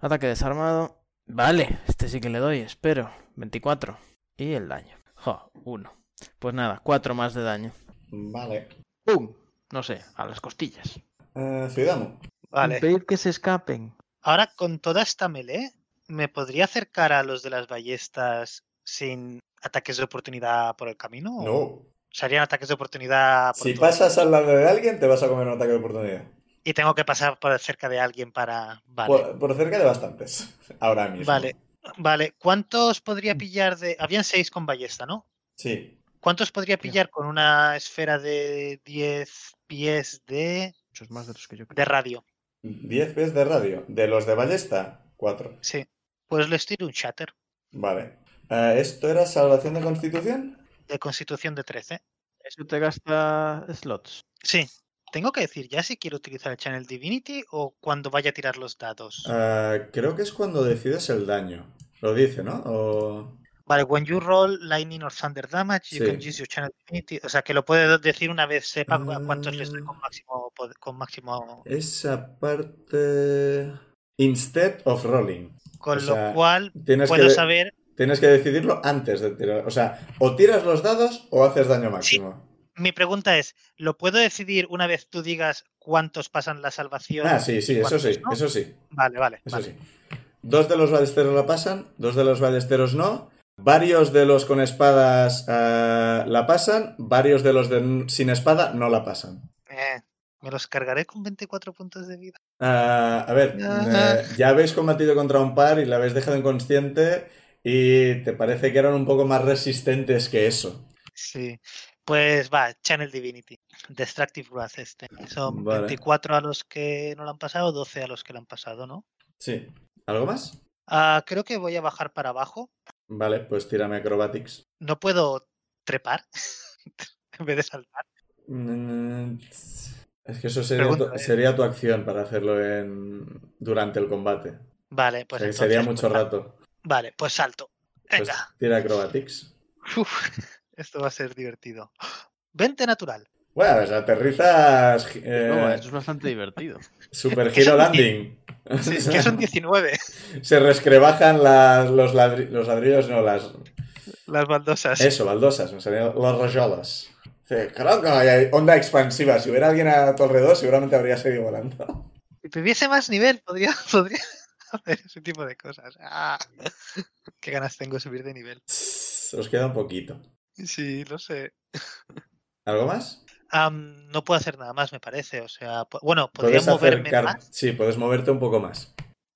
C: Ataque desarmado. Vale, este sí que le doy, espero. 24. Y el daño. Jo, uno. Pues nada, cuatro más de daño.
A: Vale.
C: ¡Pum! No sé, a las costillas.
A: Eh, Zuidamo.
E: Vale.
C: Impedir que se escapen.
E: Ahora con toda esta melee, ¿me podría acercar a los de las ballestas sin ataques de oportunidad por el camino? ¿O
A: No.
E: Serían ataques de oportunidad Oh. Ah, por
A: Si
E: todo?
A: pasas al lado de alguien, te vas a comer un ataque de oportunidad.
E: y tengo que pasar por cerca de alguien para. Vale.
A: Por, por cerca de bastantes. *laughs* Ahora mismo.
E: Vale. Vale. ¿Cuántos podría pillar de. Habían seis con ballesta, ¿no?
A: Sí.
E: ¿Cuántos podría
C: Hostia.
E: pillar con una esfera de 10 pies de,
F: Muchos más de los que yo
E: de
F: creo.
E: radio.
A: 10 pies de radio. De los de ballesta, 4.
E: Sí. Pues les tiro un shatter
A: Vale. Eh, ¿Esto era salvación de constitución?
E: de constitución de 13.
C: Eso te gasta slots.
E: Sí. Tengo que decir ya si quiero utilizar el Channel Divinity o cuando vaya a tirar los dados.
A: Eh, creo que es cuando decides el daño. Lo dice, ¿no? O...
E: Vale, when you roll lightning or thunder damage, you
A: Sí.
E: can use your channel divinity. O sea, que lo puede decir una vez sepa cu- a cuántos les doy
A: Ah.
E: con máximo. pod- Con, máximo,
A: Esa parte... Instead of rolling.
E: con
A: O
E: lo
A: sea,
E: cual
A: Tienes que,
E: puedo
A: de-
E: saber.
A: tienes que decidirlo antes de tirar. O sea, o tiras los dados o haces daño máximo.
E: Mi pregunta es: ¿lo puedo decidir una vez tú digas cuántos pasan la salvación?
A: Ah, sí, sí,
E: y
A: eso sí,
E: cuántos no?
A: eso sí.
E: Vale, vale.
A: Eso
E: vale.
A: sí. Dos de los ballesteros la pasan, dos de los ballesteros no. Varios de los con espadas eh, la pasan, varios de los de- sin espada no la pasan.
E: Eh, me los cargaré con 24 puntos de vida.
A: Ah, a ver,
E: Ajá.
A: eh, ya habéis combatido contra un par y la habéis dejado inconsciente y te parece que eran un poco más resistentes que eso.
E: Sí. Pues va, Channel Divinity. Destructive Wrath este. Son
A: Vale.
E: 24 a los que no lo han pasado, 12 a los que lo han pasado, ¿no?
A: Sí. ¿Algo más?
E: Ah, creo que voy a bajar para abajo.
A: Vale, pues tírame acrobatics.
E: no puedo trepar *laughs* en vez de saltar.
A: Mm, Es que eso sería,
E: Pregunta,
A: tu,
E: ¿eh?
A: sería tu acción para hacerlo en, durante el combate.
E: Vale,
A: O
E: pues
A: sea, que
E: entonces,
A: sería
E: pues
A: mucho
E: sal-
A: rato.
E: Vale, pues salto.
A: Pues
E: Venga. *laughs*
A: tira acrobatics.
E: Uf, esto va a ser divertido.
A: *laughs*
E: 20 natural.
A: Bueno, pues aterrizas
E: *laughs*
C: No,
A: eh,
C: eso es bastante divertido.
A: super
E: que son
A: giro landing.
E: Sí,
A: O sea,
E: que son 19
A: *laughs* se rescrebajan las- los, ladri- los ladrillos, no, las...
E: *laughs* las baldosas.
A: Eso, baldosas, me salían las rayolas. Sí, creo que hay onda expansiva. Si hubiera alguien a tu alrededor, seguramente habría seguido volando. *laughs*
E: Si tuviese más nivel, podría, *laughs* podría hacer ese tipo de cosas. Ah, *laughs* qué ganas tengo de subir de nivel.
A: Os queda un poquito.
E: Sí, lo sé.
A: ¿Algo más?
E: Am, no puedo hacer nada más, me parece. O sea, po- bueno, podría
A: Puedes
E: moverme
A: acercar-
E: más.
A: Sí, puedes moverte un poco más.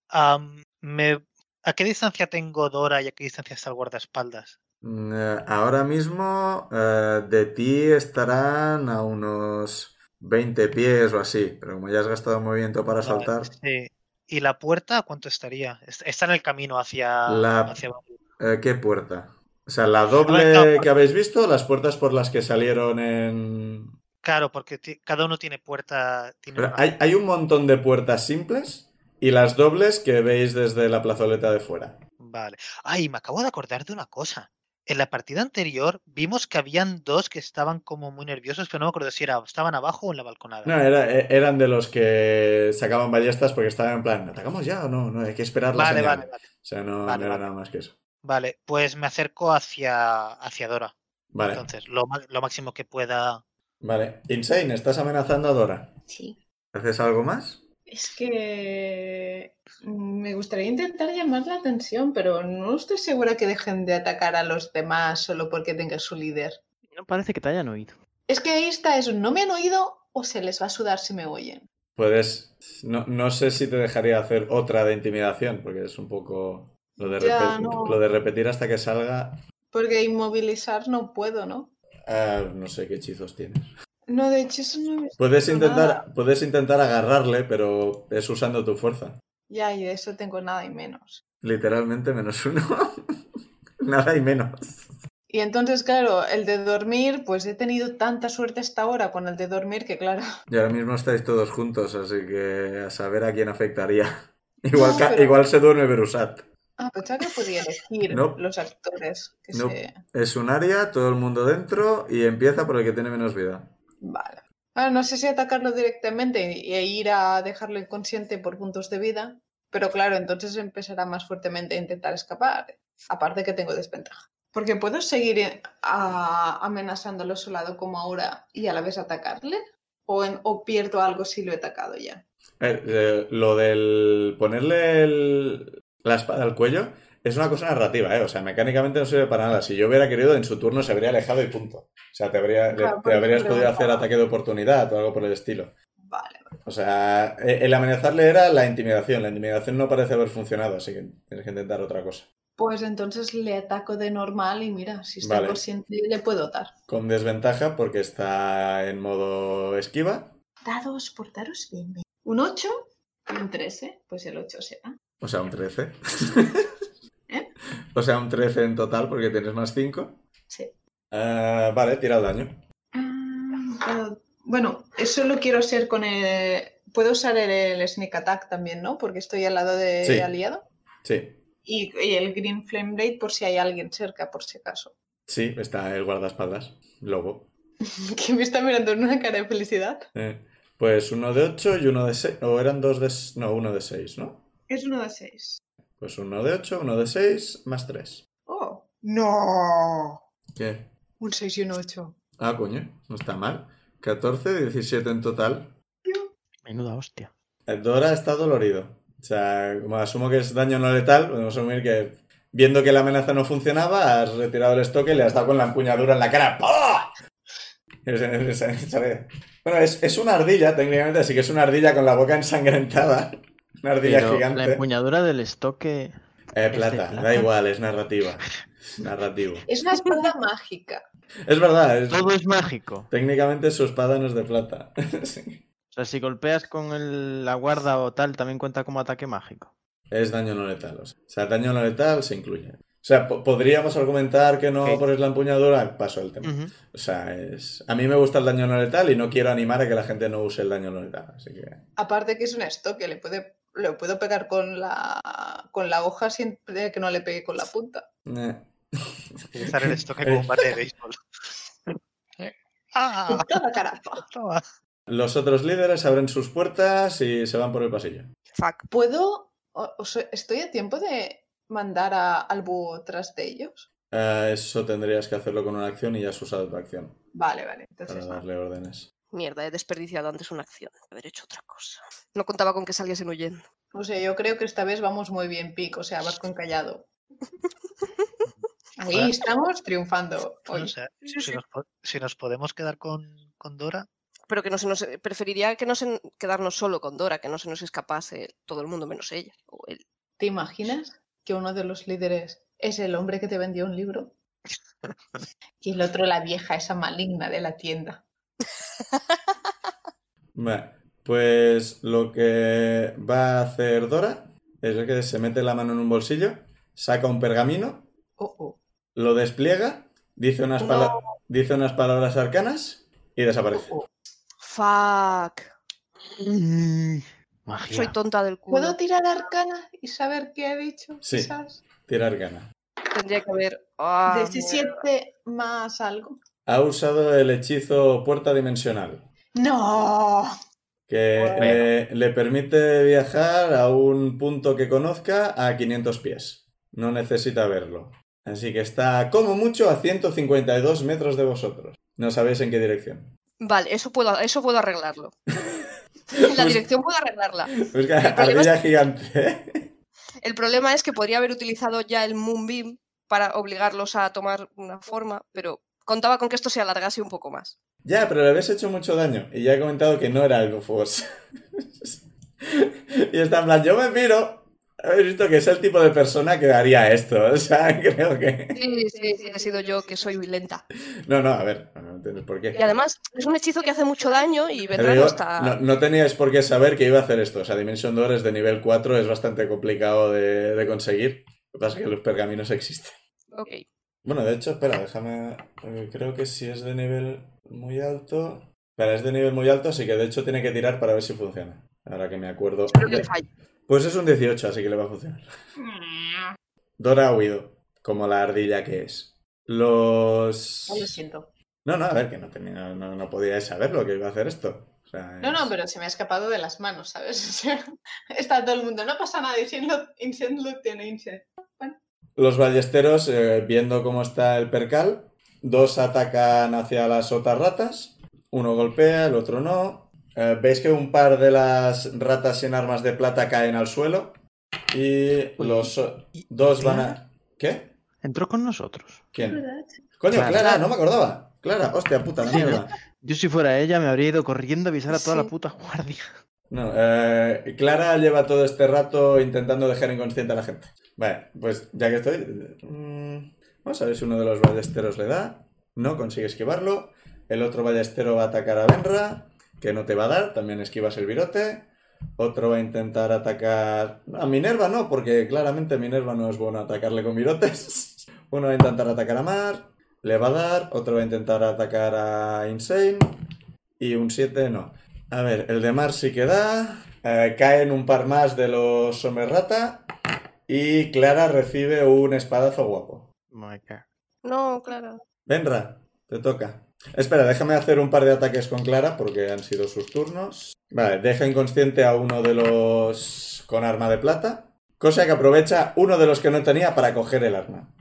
E: Am, me- ¿A qué distancia tengo Dora y a qué distancia está el guardaespaldas?
A: Mm, eh, Ahora mismo eh, de ti estarán a unos 20 pies o así, pero como ya has gastado movimiento para
E: Vale, pues
A: saltar,
E: Ah, sí. ¿Y la puerta a cuánto estaría? Est- Está en el camino hacia...
A: La-
E: hacia-
A: eh, ¿qué puerta? O sea, la
E: A ver, no, pues
A: doble
E: por-
A: que habéis visto, las puertas por las que salieron en...
E: Claro, porque ti- cada uno tiene puerta... tiene
A: Pero
E: una-
A: hay, hay un montón de puertas simples y las dobles que veis desde la plazoleta de fuera.
E: Vale. Ay, me acabo de acordar de una cosa. En la partida anterior vimos que habían dos que estaban como muy nerviosos, pero no me acuerdo si era, estaban abajo o en la balconada.
A: No, era- e- eran de los que sacaban ballestas porque estaban en plan, ¿atacamos ya o no? No, hay que esperar la
E: vale,
A: señal".
E: vale, vale.
A: O sea, no,
E: Vale,
A: no era
E: vale.
A: nada más que eso.
E: Vale, pues me acerco hacia, hacia Dora.
A: Vale,
E: Entonces, lo, ma- lo máximo que pueda...
A: vale. Insane, estás amenazando a Dora.
B: Sí.
A: ¿Haces algo más?
B: Es que mm, me gustaría intentar llamar la atención, pero no estoy segura que dejen de atacar a los demás solo porque tenga su líder.
C: *laughs* No parece que te hayan oído.
B: Es que esta es un no me han oído o se les va a sudar si me oyen.
A: Puedes... No, no sé si te dejaría hacer otra de intimidación porque es un poco... Lo de,
B: Ya,
A: repe-
B: no.
A: lo de repetir hasta que salga...
B: Porque inmovilizar no puedo, ¿no?
A: ah, no sé qué hechizos tienes.
B: No, de hecho eso no he visto
A: Puedes
B: nada.
A: intentar, puedes intentar agarrarle, pero es usando tu fuerza.
B: Ya, y de eso tengo nada y menos.
A: Literalmente menos uno. *laughs* Nada y menos.
B: Y entonces, claro, el de dormir, pues he tenido tanta suerte hasta ahora con el de dormir que, claro, *laughs*
A: Y ahora mismo estáis todos juntos, así que a saber a quién afectaría. *laughs* Igual,
B: No,
A: ca-
B: pero-
A: igual se duerme Berusat.
B: ah, pensaba que podía elegir
A: No.
B: los actores. Que
A: No.
B: se...
A: Es un área, todo el mundo dentro y empieza por el que tiene menos vida.
B: Vale. Ah, no sé si atacarlo directamente y- e ir a dejarlo inconsciente por puntos de vida, pero claro, entonces empezará más fuertemente a intentar escapar, aparte que tengo desventaja. Porque puedo seguir eh, a- amenazándolo a su lado como ahora y a la vez atacarle, o, en- o pierdo algo si lo he atacado ya.
A: A ver, eh, lo del ponerle el- la espada al cuello es una cosa narrativa, ¿eh? O sea, mecánicamente no sirve para nada. Si yo hubiera querido, en su turno se habría alejado y punto. O sea, te, habría, le-
B: Claro,
A: te
B: por eso
A: habrías
B: le
A: podido
B: preguntaba.
A: hacer ataque de oportunidad o algo por el estilo.
B: Vale.
A: O sea, e- el amenazarle era la intimidación. La intimidación no parece haber funcionado, así que tienes que intentar otra cosa.
B: Pues entonces le ataco de normal y mira, si está
A: Vale.
B: consciente le puedo dar.
A: Con desventaja porque está en modo esquiva
B: Dados, portaros bien. bien. Un 8 y un 13. Pues el 8 será.
A: O sea, un 13.
B: ¿Eh?
A: O sea, un 13 en total porque tienes más 5.
B: Sí.
A: vale, tira el daño.
B: Ah, dado- Bueno, eso lo quiero ser con el... Puedo usar el, el sneak attack también, ¿no? Porque estoy al lado de
A: Sí.
B: aliado.
A: Sí.
B: Y, y el green flame blade por si hay alguien cerca, por si acaso. *laughs*
A: Sí, está el guardaespaldas. Lobo.
B: que me está mirando en una cara de felicidad.
A: Eh, pues uno de 8 y uno de 6. O eran dos de. s- No, uno de 6, ¿no?
B: Es uno de seis.
A: Pues uno de 8, uno de 6, más 3.
B: Oh. No.
A: ¿Qué?
B: Un 6 y un 8.
A: Ah, coño, no está mal. 14, 17 en total.
C: Menuda hostia.
A: Eh, Dora está dolorido. O sea, como asumo que es daño no letal, podemos asumir que viendo que la amenaza no funcionaba, has retirado el estoque y le has dado con la empuñadura en la cara. ¡Pah! Es- es- es- es- Bueno, es, es una ardilla técnicamente, así que es una ardilla con la boca ensangrentada. Una ardilla
C: Pero
A: gigante.
C: la empuñadura del estoque.
A: Eh,
C: ¿Es de
A: plata,
C: plata?
A: da igual, es narrativa. Es narrativo.
B: Es una espada *laughs* mágica.
A: Es verdad, es-
C: Todo es mágico.
A: técnicamente su espada no es de plata. *laughs* Sí.
C: O sea, si golpeas con el- la guarda o tal, también cuenta como ataque mágico.
A: Es daño no letal. O sea, o sea, daño no letal se incluye. O sea, po- podríamos argumentar que no
C: Ok.
A: pones la empuñadura, paso el tema.
C: Ujú.
A: O sea, es... a mí me gusta el daño no letal y no quiero animar a que la gente no use el daño no letal. Así que...
B: Aparte que es un estoque, le puede, lo puedo pegar con la, con la hoja siempre que no le pegue con la punta.
A: eh.
E: Utilizar *laughs* el estoque como un bate de *laughs* béisbol. ¡Ah!
B: Toda carafa.
E: Toma.
A: Los otros líderes abren sus puertas y se van por el pasillo.
D: Fuck.
B: ¿Puedo? o- o so- ¿Estoy a tiempo de mandar a Albu tras de ellos?
A: Eh, eso tendrías que hacerlo con una acción y ya has usado tu acción
B: Vale, vale.
A: para
B: Entonces, no.
A: darle órdenes.
D: Mierda, he desperdiciado antes una acción. Haber hecho otra cosa. No contaba con que saliesen huyendo.
B: o sea, yo creo que esta vez vamos muy bien, Pic. O sea, vas con callado. Ahí
E: Ahora-
B: estamos triunfando. hoy.
E: Bueno, o sea, si, nos, po- si nos podemos quedar con, con *laughs* Dora,
D: Pero que no se nos. Preferiría que no se... quedarnos solo con Dora, que no se nos escapase todo el mundo menos ella. O él.
B: ¿Te imaginas que uno de los líderes es el hombre que te vendió un
A: *laughs*
B: libro? Y el otro la vieja, esa maligna de la tienda.
A: Vale, pues lo que va a hacer Dora es que se mete la mano en un bolsillo, saca un pergamino,
B: Oh, oh.
A: lo despliega, dice unas, pala- dice unas palabras arcanas y desaparece.
B: oh, oh.
D: Fuck.
C: Magia.
D: Soy tonta del culo.
B: ¿Puedo tirar arcana y saber qué ha dicho?
A: Sí.
B: quizás?
A: Tira arcana.
D: Tendría que haber. Ah,
B: 17 más algo.
A: Ha usado el hechizo puerta dimensional,
B: ¡No!
A: que
C: Bueno.
A: le, le permite viajar a un punto que conozca a 500 pies. No necesita verlo. Así que está como mucho a 152 metros de vosotros. No sabéis en qué dirección.
D: Vale, eso puedo, eso puedo
A: *laughs*
D: arreglarlo. La
A: Pues-
D: dirección puedo arreglarla.
A: Busca
D: El problema
A: ardilla gigante.
D: El problema es que podría haber utilizado ya el Moonbeam para obligarlos a tomar una forma, pero contaba con que esto se alargase un poco más.
A: ya, pero le habéis hecho mucho daño. Y ya he comentado que no era algo force. *laughs* y está en plan, yo me miro. Habéis visto que es el tipo de persona que haría esto. O sea, *laughs* creo que.
D: Sí, sí, sí, he sido yo que soy lenta.
A: No, no, a ver, no tienes por
D: Y
A: qué.
D: además es un hechizo que hace mucho daño y
A: Pero
D: Vendrá
A: yo-
D: no está.
A: no, no teníais por qué saber que iba a hacer esto. O sea, Dimension Door es de nivel 4, es bastante complicado de, de conseguir. Lo que pasa es que los pergaminos existen.
D: Ok.
A: Bueno, de hecho, espera, déjame. eh, Creo que si es de nivel muy alto. Espera, es de nivel muy alto, así que de hecho tiene que tirar para ver si funciona. Ahora que me acuerdo.
D: Creo que fallo.
A: Pues es un 18, así que le va a funcionar.
D: Mm.
A: Dora ha huido, como la ardilla que es. Los.
B: Ay, Lo siento.
A: No, no, a ver, que no, tenía, no, no, no podíais saber lo que iba a hacer esto. O sea,
B: No, no,
A: es-
B: pero se me ha escapado de las manos, ¿sabes? *laughs* O sea, está todo el mundo. No pasa nada diciendo Incent Luten, Incent.
A: Los ballesteros, eh, viendo cómo está el percal, dos atacan hacia las otras ratas, uno golpea, el otro no. Eh, Veis que un par de las ratas sin armas de plata caen al suelo y los o-
C: ¿y-
A: dos
C: y
A: van a... ¿Qué?
C: Entró con nosotros.
A: ¿Quién? Coño,
C: Clara.
A: Clara, no me acordaba. Clara, hostia puta, la
C: Sí, ¿no?
A: mierda.
C: Yo si fuera ella me habría ido corriendo a avisar a toda la
D: Sí.
C: puta guardia. *laughs*
A: No, eh, Clara lleva todo este rato intentando dejar inconsciente a la gente. Vale, pues ya que estoy. mm, Vamos a ver si uno de los ballesteros le da. No consigue esquivarlo. El otro ballestero va a atacar a Benra. que no te va a dar, también esquivas el virote. Otro va a intentar atacar... A Minerva no, porque claramente Minerva no es bueno atacarle con virotes. *laughs* Uno va a intentar atacar a Mar, le va a dar. Otro va a intentar atacar a Insane. Y un 7 no. A ver, el de Mar sí que da. Eh, caen un par más de los Somerrata. Y Clara recibe un espadazo guapo.
C: Me cago.
D: No, claro.
A: Venra, te toca. Espera, déjame hacer un par de ataques con Clara porque han sido sus turnos. Vale, deja inconsciente a uno de los con arma de plata. Cosa que aprovecha uno de los que no tenía para coger el arma.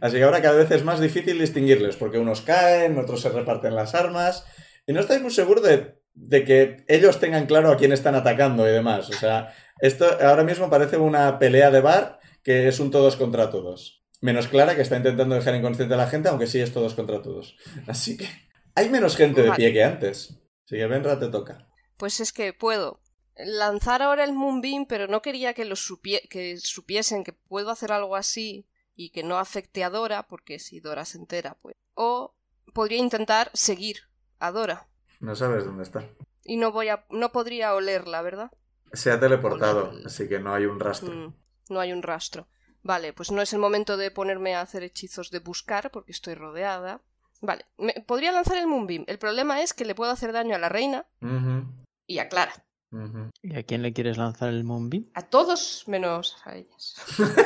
A: Así que ahora cada vez es más difícil distinguirles porque unos caen, otros se reparten las armas. Y no estáis muy seguros de, de que ellos tengan claro a quién están atacando y demás. O sea, esto ahora mismo parece una pelea de bar que es un todos contra todos. Menos Clara, que está intentando dejar inconsciente a la gente, aunque sí es todos contra todos. Así que hay menos gente de pie que antes. Así que Benra te toca.
D: Pues es que puedo lanzar ahora el Moonbeam, pero no quería que, lo supie- que supiesen que puedo hacer algo así y que no afecte a Dora, porque si Dora se entera, pues. O podría intentar seguir a Dora.
A: No sabes dónde está.
D: Y no, voy a, no podría olerla, ¿verdad?
A: Se ha teleportado, así que no hay un rastro.
D: Mm, no hay un rastro. Vale, pues no es el momento de ponerme a hacer hechizos de buscar porque estoy rodeada. Vale, me- podría lanzar el Moonbeam. El problema es que le puedo hacer daño a la reina
A: Ujú,
D: y a Clara.
A: ujú.
C: ¿Y a quién le quieres lanzar el Moonbeam?
D: A todos menos a ellas.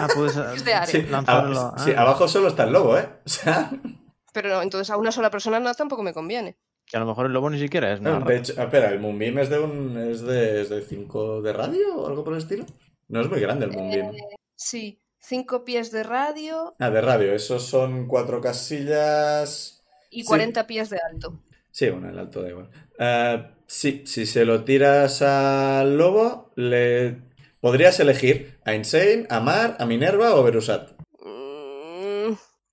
C: Ah, puedes ah,
D: *laughs* Es de Ares.
A: Sí,
C: lanzarlo.
A: a- sí,
C: ah,
A: abajo solo está el lobo, ¿eh? O sea,
D: Pero no, entonces a una sola persona no tampoco me conviene.
C: Que a lo mejor el lobo ni siquiera es una
A: de
C: rata.
A: hecho, espera, el Moonbeam es de un es de, es de 5 de radio o algo por el estilo. No es muy grande el Moonbeam.
D: Sí, cinco pies de radio
A: Ah, de radio, esos son cuatro casillas.
D: y
A: Sí.
D: 40 pies de alto.
A: Sí, bueno, el alto da igual. Eh, sí, si se lo tiras al lobo, le podrías elegir a Insane, a Mar, a Minerva o Berusat.
D: Mm,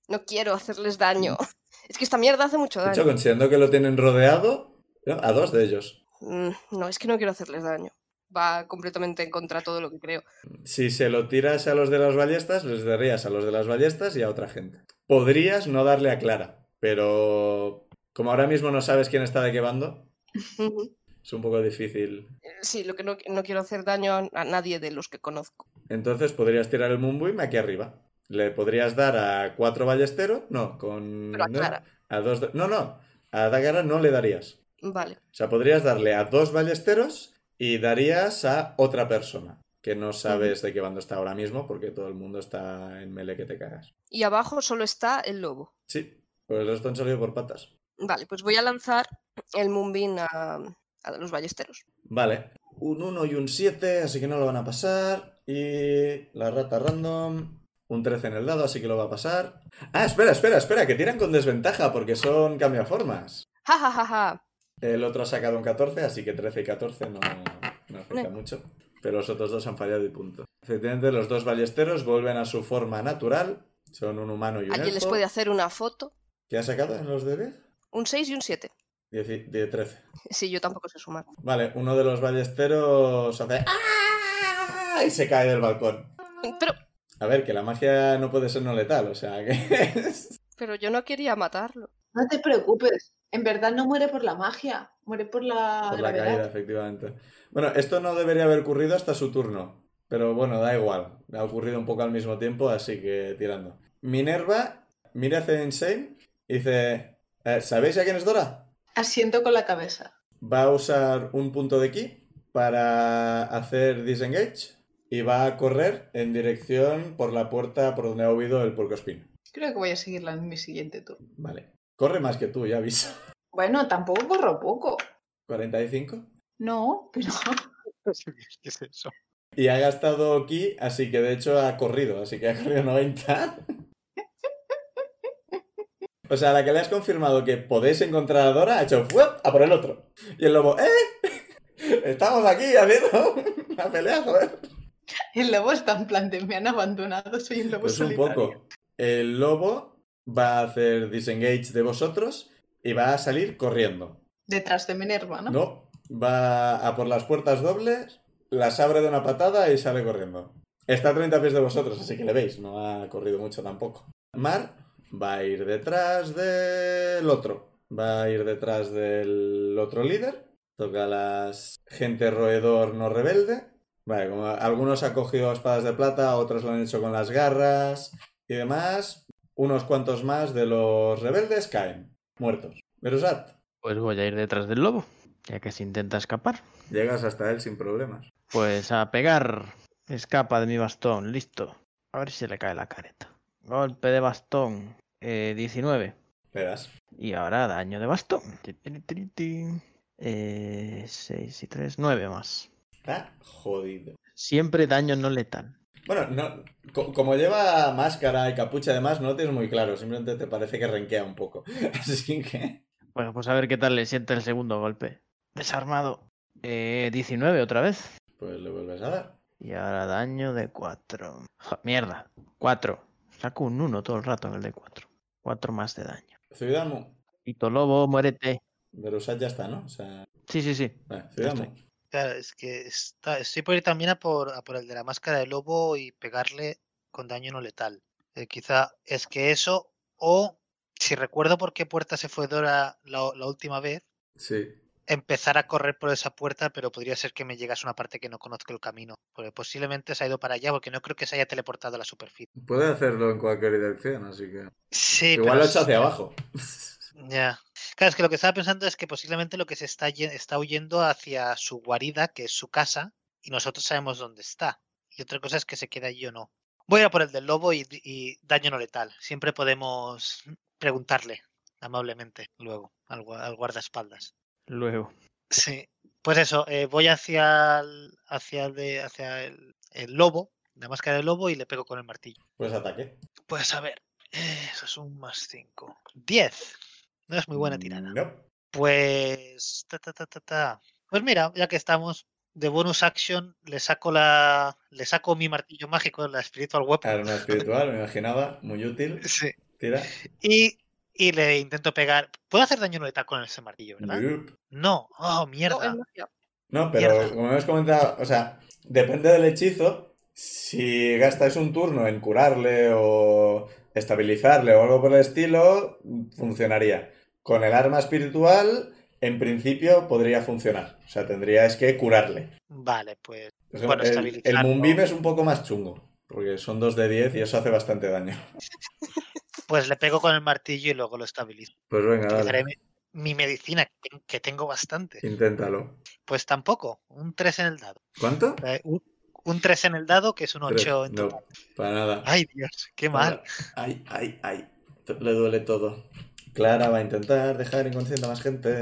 D: no quiero hacerles daño. *laughs* Es que esta mierda hace mucho
A: De hecho,
D: daño.
A: considerando que lo tienen rodeado, ¿no? a dos de ellos.
D: Mm, no, es que no quiero hacerles daño. Va completamente en contra de todo lo que creo.
A: Si se lo tiras a los de las ballestas, les darías a los de las ballestas y a otra gente. Podrías no darle a Clara, pero como ahora mismo no sabes quién está de qué bando, es un poco difícil.
D: Eh, Sí, lo que no, no quiero hacer daño a, a nadie de los que conozco.
A: Entonces podrías tirar el Moonbeam aquí arriba. Le podrías dar a cuatro ballesteros, no, con...
D: Pero a
A: no,
D: Clara.
A: a dos de- No, no, a Dagara no le darías.
D: Vale.
A: O sea, podrías darle a dos ballesteros y darías a otra persona, que no sabes de qué bando está ahora mismo porque todo el mundo está en mele que te cagas.
D: Y abajo solo está el lobo.
A: Sí, pues el resto han salido por patas.
D: Vale, pues voy a lanzar el Moonbeam a, a los ballesteros.
A: Vale, un 1 y un 7, así que no lo van a pasar. Y la rata random, un 13 en el dado, así que lo va a pasar. Ah, espera, espera, espera, que tiran con desventaja porque son cambiaformas.
D: ¡Ja, ja, ja, ja!
A: El otro ha sacado un 14, así que 13 y 14 no, no afecta mucho. Pero los otros dos han fallado y punto. Efectivamente, los dos ballesteros vuelven a su forma natural. Son un humano y un
D: ¿Alguien les
A: elfo.
D: puede hacer una foto?
A: ¿Qué ha sacado en los de 10?
D: Un 6 y un 7.
A: Dieci- die- 13.
D: Sí, yo tampoco sé sumar.
A: Vale, uno de los ballesteros hace... ¡Ah! Y se cae del balcón.
D: Pero,
A: A ver, que la magia no puede ser no letal, o sea que... *laughs*
D: pero yo no quería matarlo.
B: No te preocupes. En verdad no muere por la magia, muere por la
A: Por la
B: gravedad.
A: caída, efectivamente. Bueno, esto no debería haber ocurrido hasta su turno. Pero bueno, da igual. Ha ocurrido un poco al mismo tiempo, así que tirando. Minerva mira hacia Insane y dice: eh, ¿Sabéis a quién es Dora?
B: Asiento con la cabeza.
A: Va a usar un punto de ki para hacer disengage y va a correr en dirección por la puerta por donde ha huido el porcospin.
B: Creo que voy a seguirla en mi siguiente turno.
A: Vale. Corre más que tú, ya aviso. *laughs*
B: Bueno, tampoco corro poco.
A: 45.
B: No, pero *laughs*
E: ¿Qué es eso?
A: Y ha gastado ki, así que de hecho ha corrido, así que ha corrido 90. O sea, a la que le has confirmado que podéis encontrar a Dora, ha hecho ¡fuep! a por el otro. Y el lobo, ¡eh! *laughs* Estamos aquí haciendo *laughs* una pelea, joder.
B: el lobo está en plan de me han abandonado, soy un lobo
A: Pues un
B: solitario".
A: poco. El lobo va a hacer disengage de vosotros y va a salir corriendo.
B: Detrás de Minerva, ¿no?
A: No, va a por las puertas dobles, las abre de una patada y sale corriendo. Está a 30 pies de vosotros, así que le veis, no ha corrido mucho tampoco. Mar va a ir detrás del otro, va a ir detrás del otro líder. Toca las gente roedor no rebelde. Vale, como algunos han cogido espadas de plata, otros lo han hecho con las garras y demás. Unos cuantos más de los rebeldes caen, muertos. Verusat,
C: Pues voy a ir detrás del lobo, ya que se intenta escapar.
A: llegas hasta él sin problemas.
C: Pues a pegar. Escapa de mi bastón, listo. A ver si le cae la careta. Golpe de bastón, eh, 19.
A: Verás.
C: Y ahora daño de bastón. Ti, ti, ti, ti. Eh, 6 y 3, 9 más.
A: Está jodido.
C: Siempre daño no letal.
A: Bueno, no, co- como lleva máscara y capucha además, no lo tienes muy claro. Simplemente te parece que renquea un poco. *laughs* Así que...
C: Bueno, pues a ver qué tal le siente el segundo golpe. Desarmado. Eh, 19 otra vez.
A: Pues le vuelves a dar.
C: Y ahora daño de 4. mierda. 4. Saco un 1 todo el rato en el de 4. 4 más de daño.
A: Zuidamu.
C: Pito lobo, muérete.
A: Verusat ya está, ¿no? O sea...
C: Sí, sí, sí.
A: Vale, Zuidamu.
C: estoy.
E: Claro, es que está, estoy por ir también a por, a por el de la máscara de lobo y pegarle con daño no letal. Eh, quizá es que eso, o si recuerdo por qué puerta se fue Dora la, la última vez,
A: Sí.
E: empezar a correr por esa puerta, pero podría ser que me llegase a una parte que no conozco el camino. Porque posiblemente se ha ido para allá, porque no creo que se haya teleportado a la superficie.
A: Puede hacerlo en cualquier dirección, así que...
E: Sí,
A: Igual lo
E: pero
A: he hecho
E: es-
A: hacia abajo.
E: Ya. Claro, es que lo que estaba pensando es que posiblemente lo que se está, ye- está huyendo hacia su guarida, que es su casa, y nosotros sabemos dónde está. Y otra cosa es que se queda allí o no. Voy a por el del lobo y, y daño no letal. Siempre podemos preguntarle amablemente luego al, gua- al guardaespaldas.
C: Luego.
E: Sí. Pues eso, eh, voy hacia el, hacia el de, hacia el, el lobo, la máscara del lobo, y le pego con el martillo.
A: Pues ataque.
E: Pues a ver, eh, eso es un más 5. 10. No es muy buena tirada.
A: No.
E: Pues. ta, ta, ta, ta, ta. Pues mira, ya que estamos, de bonus action le saco la. Le saco mi martillo mágico, la Spiritual Weapon.
A: Arma espiritual, me imaginaba. Muy útil.
E: Sí.
A: Tira.
E: Y, y le intento pegar. ¿Puedo hacer daño no letal con ese martillo, verdad?
A: Yup.
E: No. Oh,
D: No, es
E: mierda.
D: magia.
A: No, pero
E: Mierda.
A: como hemos comentado, o sea, depende del hechizo. Si gastáis un turno en curarle o estabilizarle o algo por el estilo, funcionaría. Con el arma espiritual, en principio podría funcionar. O sea, tendríais que curarle.
E: Vale, pues.
A: O sea,
E: Bueno,
A: el, el
E: estabilizarlo.
A: Moonbeam es un poco más chungo, porque son dos de 10 y eso hace bastante daño.
E: Pues le pego con el martillo y luego lo estabilizo.
A: Pues venga,
E: Utilizaré
A: dale.
E: mi, mi medicina, que ten- que tengo bastante.
A: Inténtalo.
E: Pues tampoco. Un 3 en el dado.
A: ¿Cuánto?
E: Eh, Un, 3 en el dado, que es un
A: Tres.
E: 8 en
A: No,
E: total.
A: para nada.
E: Ay, Dios, qué mal.
A: Ay, ay, ay. T- Le duele todo. Clara va a intentar dejar inconsciente a más gente.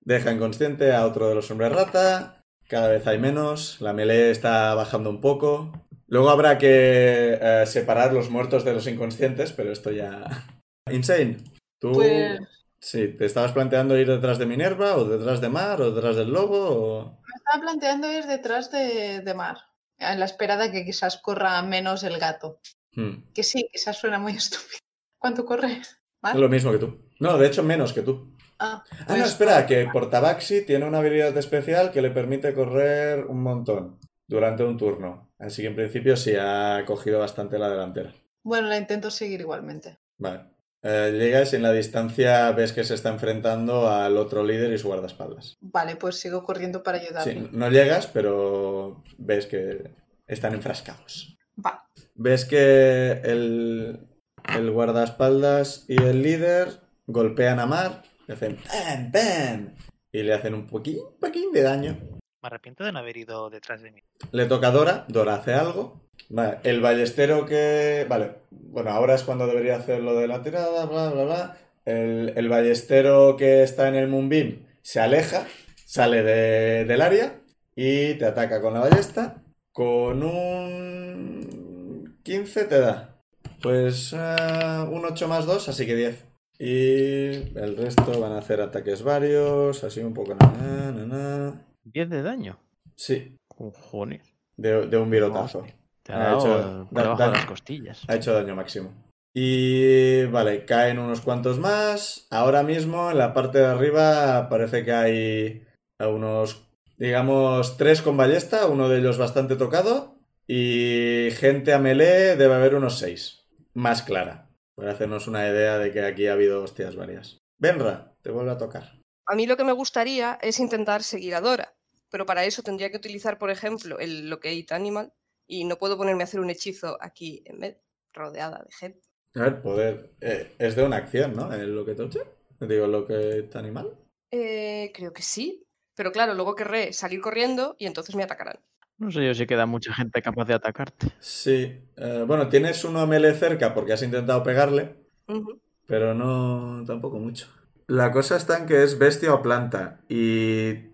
A: Deja inconsciente a otro de los hombres rata. Cada vez hay menos. La melee está bajando un poco. Luego habrá que eh, separar los muertos de los inconscientes, pero esto ya. *laughs* Insane. Tú.
B: Pues-
A: Sí, ¿te estabas planteando ir detrás de Minerva, o detrás de Mar, o detrás del lobo? O...
B: Estaba planteando ir detrás de, de Mar, a la espera de que quizás corra menos el gato.
A: Hmm.
B: Que sí, quizás suena muy *laughs* estúpido. ¿Cuánto corre?
A: Es lo mismo que tú. No, de hecho, menos que tú.
B: Ah,
A: Ah, no,
B: pues-
A: espera, que Portabaxi tiene una habilidad especial que le permite correr un montón durante un turno. Así que en principio sí ha cogido bastante la delantera.
B: Bueno, la intento seguir igualmente.
A: Vale. Eh, llegas y en la distancia ves que se está enfrentando al otro líder y su guardaespaldas.
B: Vale, pues sigo corriendo para ayudarle.
A: Sí, no llegas, pero ves que están enfrascados.
B: Va.
A: Ves que el, el guardaespaldas y el líder golpean a Mar, le hacen ¡pam, pam! y le hacen un poquín, poquín de daño.
E: Me arrepiento de no haber ido detrás de mí.
A: Le toca a Dora. Dora hace algo. Vale, el ballestero que. Vale, bueno, ahora es cuando debería hacer lo de la tirada, bla, bla, bla. El, el ballestero que está en el Moonbeam se aleja, sale de- del área y te ataca con la ballesta. Con un. 15 te da. Pues ah, un 8 más 2, así que 10. Y el resto van a hacer ataques varios, así un poco. na, na, na, na.
C: 10 de daño.
A: Sí,
C: Cojones.
A: de, de un virotazo.
C: Te
A: Ha
C: ha dado
A: hecho-
C: por debajo
A: da-
C: de
A: da-
C: las costillas.
A: Ha hecho daño máximo. Y vale, caen unos cuantos más. Ahora mismo en la parte de arriba parece que hay a unos, digamos, tres con ballesta, uno de ellos bastante tocado. Y gente a melee debe haber unos seis. Más clara. Para hacernos una idea de que aquí ha habido hostias varias. Benra, te vuelve a tocar.
D: A mí lo que me gustaría es intentar seguir a Dora, pero para eso tendría que utilizar, por ejemplo, el Locate Animal y no puedo ponerme a hacer un hechizo aquí en medio, rodeada de gente.
A: A ver, poder. eh, es de una acción, ¿no? Eh, Lo que toche. Digo, lo que está animal.
D: Eh, creo que sí, pero claro, luego querré salir corriendo y entonces me atacarán.
C: No sé yo si queda mucha gente capaz de atacarte.
A: Sí. eh, bueno, tienes uno a melee cerca porque has intentado pegarle,
D: Ujú.
A: pero no tampoco mucho. La cosa está en que es bestia o planta. Y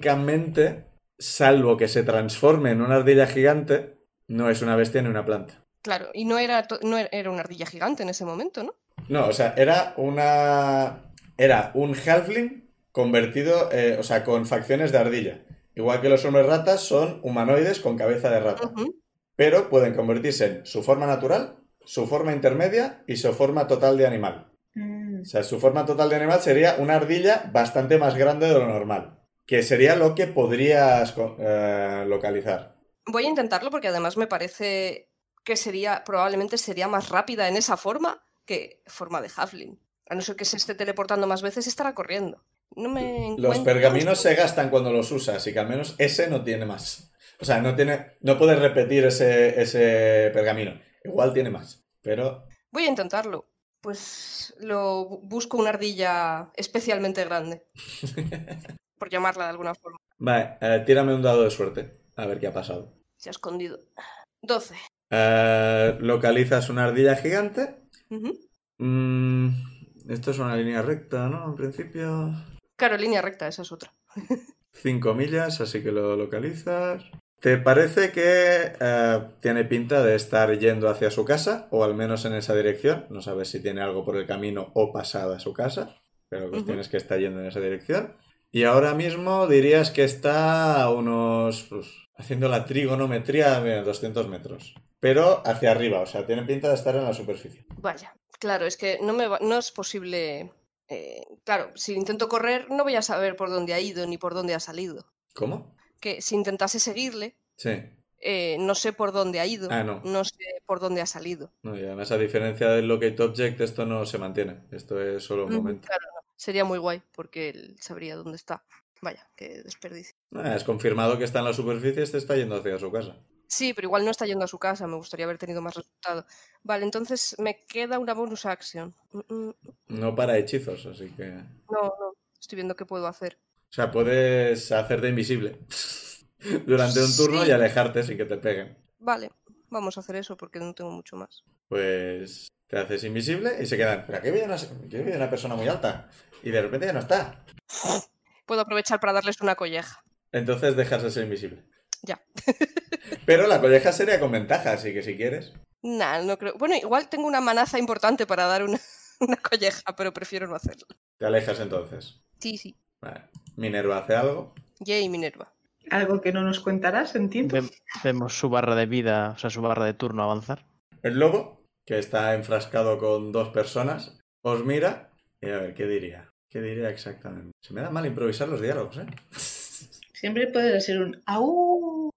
A: técnicamente, salvo que se transforme en una ardilla gigante, no es una bestia ni una planta.
D: Claro, y no era, to- no era- era una ardilla gigante en ese momento, ¿no?
A: No, o sea, era una. Era un halfling convertido, eh, o sea, con facciones de ardilla. Igual que los hombres ratas son humanoides con cabeza de rata.
D: Ujú.
A: Pero pueden convertirse en su forma natural, su forma intermedia y su forma total de animal.
B: Mm,
A: O sea, su forma total de animal sería una ardilla bastante más grande de lo normal. Que sería lo que podrías co- eh, localizar.
D: Voy a intentarlo porque además me parece que sería, probablemente sería más rápida en esa forma que forma de Huffling. A no ser que se esté teleportando más veces, estará corriendo. No me
A: Los
D: encuentro-
A: pergaminos se gastan cuando los usas, y que al menos ese no tiene más. O sea, no tiene. No puedes repetir ese, ese pergamino. Igual tiene más. Pero. *laughs*
D: Voy a intentarlo. Pues lo bu- busco una ardilla especialmente grande, por llamarla de alguna forma.
A: Vale, eh, tírame un dado de suerte. A ver qué ha pasado.
D: Se ha escondido. 12.
A: Eh, localizas una ardilla gigante.
D: Ujú.
A: Mm, esto es una línea recta, ¿no? En principio.
D: Claro, línea recta, esa es otra.
A: 5 millas, así que lo localizas. ¿Te parece que eh, tiene pinta de estar yendo hacia su casa? O al menos en esa dirección. No sabes si tiene algo por el camino o pasada a su casa. Pero pues
D: Ujú.
A: tienes que está yendo en esa dirección. Y ahora mismo dirías que está a unos... pues, haciendo la trigonometría de 200 metros. Pero hacia arriba, o sea, tiene pinta de estar en la superficie.
D: Vaya, claro, es que no, me va- no es posible... eh, claro, si intento correr no voy a saber por dónde ha ido ni por dónde ha salido.
A: ¿Cómo?
D: Que si intentase seguirle,
A: Sí.
D: eh, no sé por dónde ha ido,
A: Ah, no.
D: sé por dónde ha salido.
A: No, y además a diferencia del locate object, esto no se mantiene. Esto es solo un
D: Ujú,
A: momento.
D: claro, no. Sería muy guay porque él sabría dónde está. Vaya, qué desperdicio.
A: Ah, Has confirmado que está en la superficie y se está yendo hacia su casa.
D: Sí, pero igual no está yendo a su casa, me gustaría haber tenido más resultado. Vale, entonces me queda una bonus action. Mm, mm,
A: No para hechizos, así que. O
D: No, no, estoy viendo qué puedo hacer.
A: sea, puedes hacerte invisible *laughs* durante un turno
D: Sí.
A: y alejarte sin que te peguen.
D: Vale, vamos a hacer eso porque no tengo mucho más.
A: Pues te haces invisible y se quedan. Pero aquí viene una, aquí vive una persona muy alta y de repente ya no está.
D: Puedo aprovechar para darles una colleja.
A: Entonces dejas de ser invisible.
D: Ya.
A: *laughs* Pero la colleja sería con ventaja, así que si quieres.
D: Nah, no creo. Bueno, igual tengo una manaza importante para dar una, *laughs* una colleja, pero prefiero no hacerlo.
A: Te alejas entonces.
D: Sí, sí.
A: Vale. Minerva hace algo.
D: Yay, Minerva.
B: Algo que no nos contarás, entiendo.
C: Ve- vemos su barra de vida, o sea, su barra de turno avanzar.
A: El lobo, que está enfrascado con dos personas, os mira y a ver, ¿qué diría? ¿Qué diría exactamente? Se me da mal improvisar los diálogos, ¿eh? *laughs*
B: Siempre puede ser un au.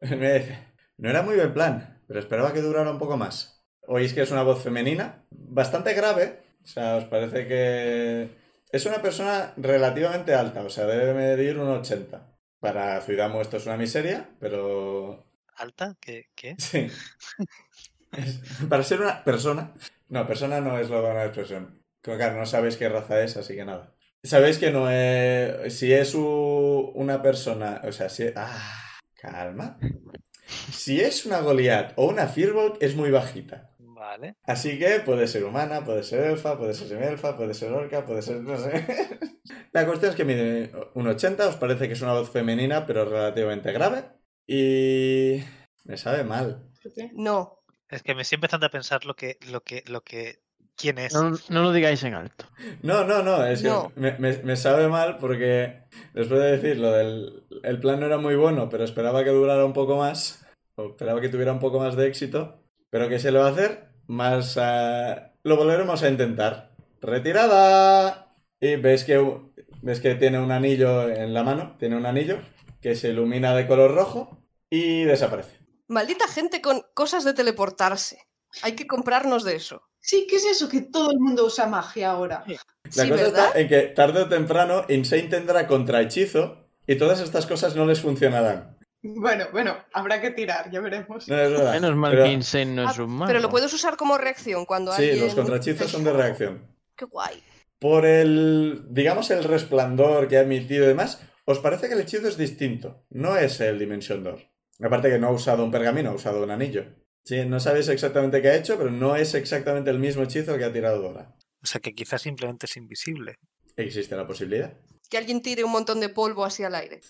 A: me dice, no era muy buen plan, pero esperaba que durara un poco más. Oís que es una voz femenina, bastante grave, o sea, os parece que... Es una persona relativamente alta, o sea, debe medir un 80. Para Zuidamo esto es una miseria, pero
E: ¿Alta? ¿Qué? qué?
A: Sí. Es- Para ser una persona. No, persona no es lo de una expresión. Creo que no sabéis qué raza es, así que nada. Sabéis que no es. Si es u- una persona. O sea, si es. ¡Ah! Calma. Si es una Goliath o una Firbolg, es muy bajita.
E: Vale.
A: Así que puede ser humana, puede ser elfa, puede ser semielfa, puede ser orca, puede ser. no sé. *laughs* La cuestión es que mide un 80, os parece que es una voz femenina, pero relativamente grave. Y. Me sabe mal.
D: No.
E: Es que me estoy empezando a pensar lo que, lo que, lo que, quién es.
C: No, no lo digáis en alto.
A: No, no, no, es que
D: No.
A: Me, me- me sabe mal porque después de decir lo del el plan no era muy bueno, pero esperaba que durara un poco más, o esperaba que tuviera un poco más de éxito, pero que se le va a hacer, más ah, lo volveremos a intentar. Retirada. Y ves que u- ves que tiene un anillo en la mano, tiene un anillo que se ilumina de color rojo y desaparece.
D: Maldita gente con cosas de teleportarse. Hay que comprarnos de eso.
B: Sí, ¿qué es eso que todo el mundo usa magia ahora?
A: La
D: Sí,
A: cosa
D: ¿verdad?
A: está en que tarde o temprano Insane tendrá contrahechizo y todas estas cosas no les funcionarán.
B: Bueno, bueno, habrá que tirar, ya veremos.
A: No es verdad.
C: Menos mal
A: Pero-
C: que Insane no es
D: Ah,
C: un mago.
D: Pero lo puedes usar como reacción cuando
A: Sí,
D: alguien...
A: los contrahechizos son de reacción.
D: Qué guay.
A: Por el, digamos, el resplandor que ha emitido y demás, ¿os parece que el hechizo es distinto? No es el Dimension Door. Aparte que no ha usado un pergamino, ha usado un anillo. Sí, no sabéis exactamente qué ha hecho, pero no es exactamente el mismo hechizo que ha tirado Dora.
E: O sea que quizás simplemente es invisible.
A: ¿Existe la posibilidad?
D: Que alguien tire un montón de polvo así al aire.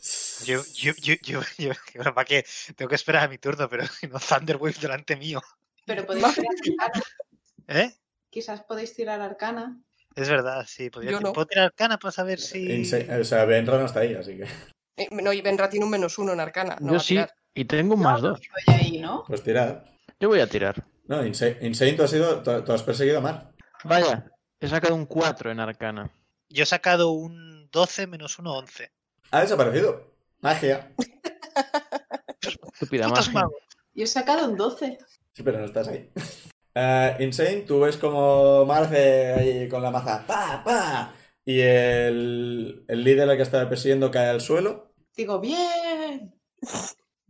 E: Yo, yo, yo, yo, *laughs* yo, que ahora, ¿para qué? Tengo que esperar a mi turno, pero *laughs* si no Thunderwave delante mío.
B: Pero podéis tirar arcana,
E: ¿Eh?
B: quizás podéis tirar arcana.
E: Es verdad, sí. Podría,
D: Yo no.
E: ¿Puedo tirar arcana para saber si.
A: Inse- o sea, Benra no está ahí, así que... *laughs*
D: Eh, no, y Benra tiene un menos uno en arcana. No
C: Yo
D: va a
C: sí,
D: tirar.
C: y tengo un más dos.
B: Oye, ahí, ¿no?
A: Pues tirad.
C: Yo voy a tirar.
A: No, Insane, Insane, tú, has sido, tú, tú has perseguido a Mar.
C: Vaya, he sacado un 4 en arcana.
E: Yo he sacado un 12 menos 1, 11.
A: Ha desaparecido. Magia.
C: Estúpida
E: Putos
C: magia.
E: magos.
B: Yo he sacado un 12.
A: Sí, pero no estás ahí. Eh, Insane, tú ves como Mar hace ahí con la maza. ¡Pa! ¡Pa! Y el, el líder al que estaba persiguiendo cae al suelo.
B: Digo, bien.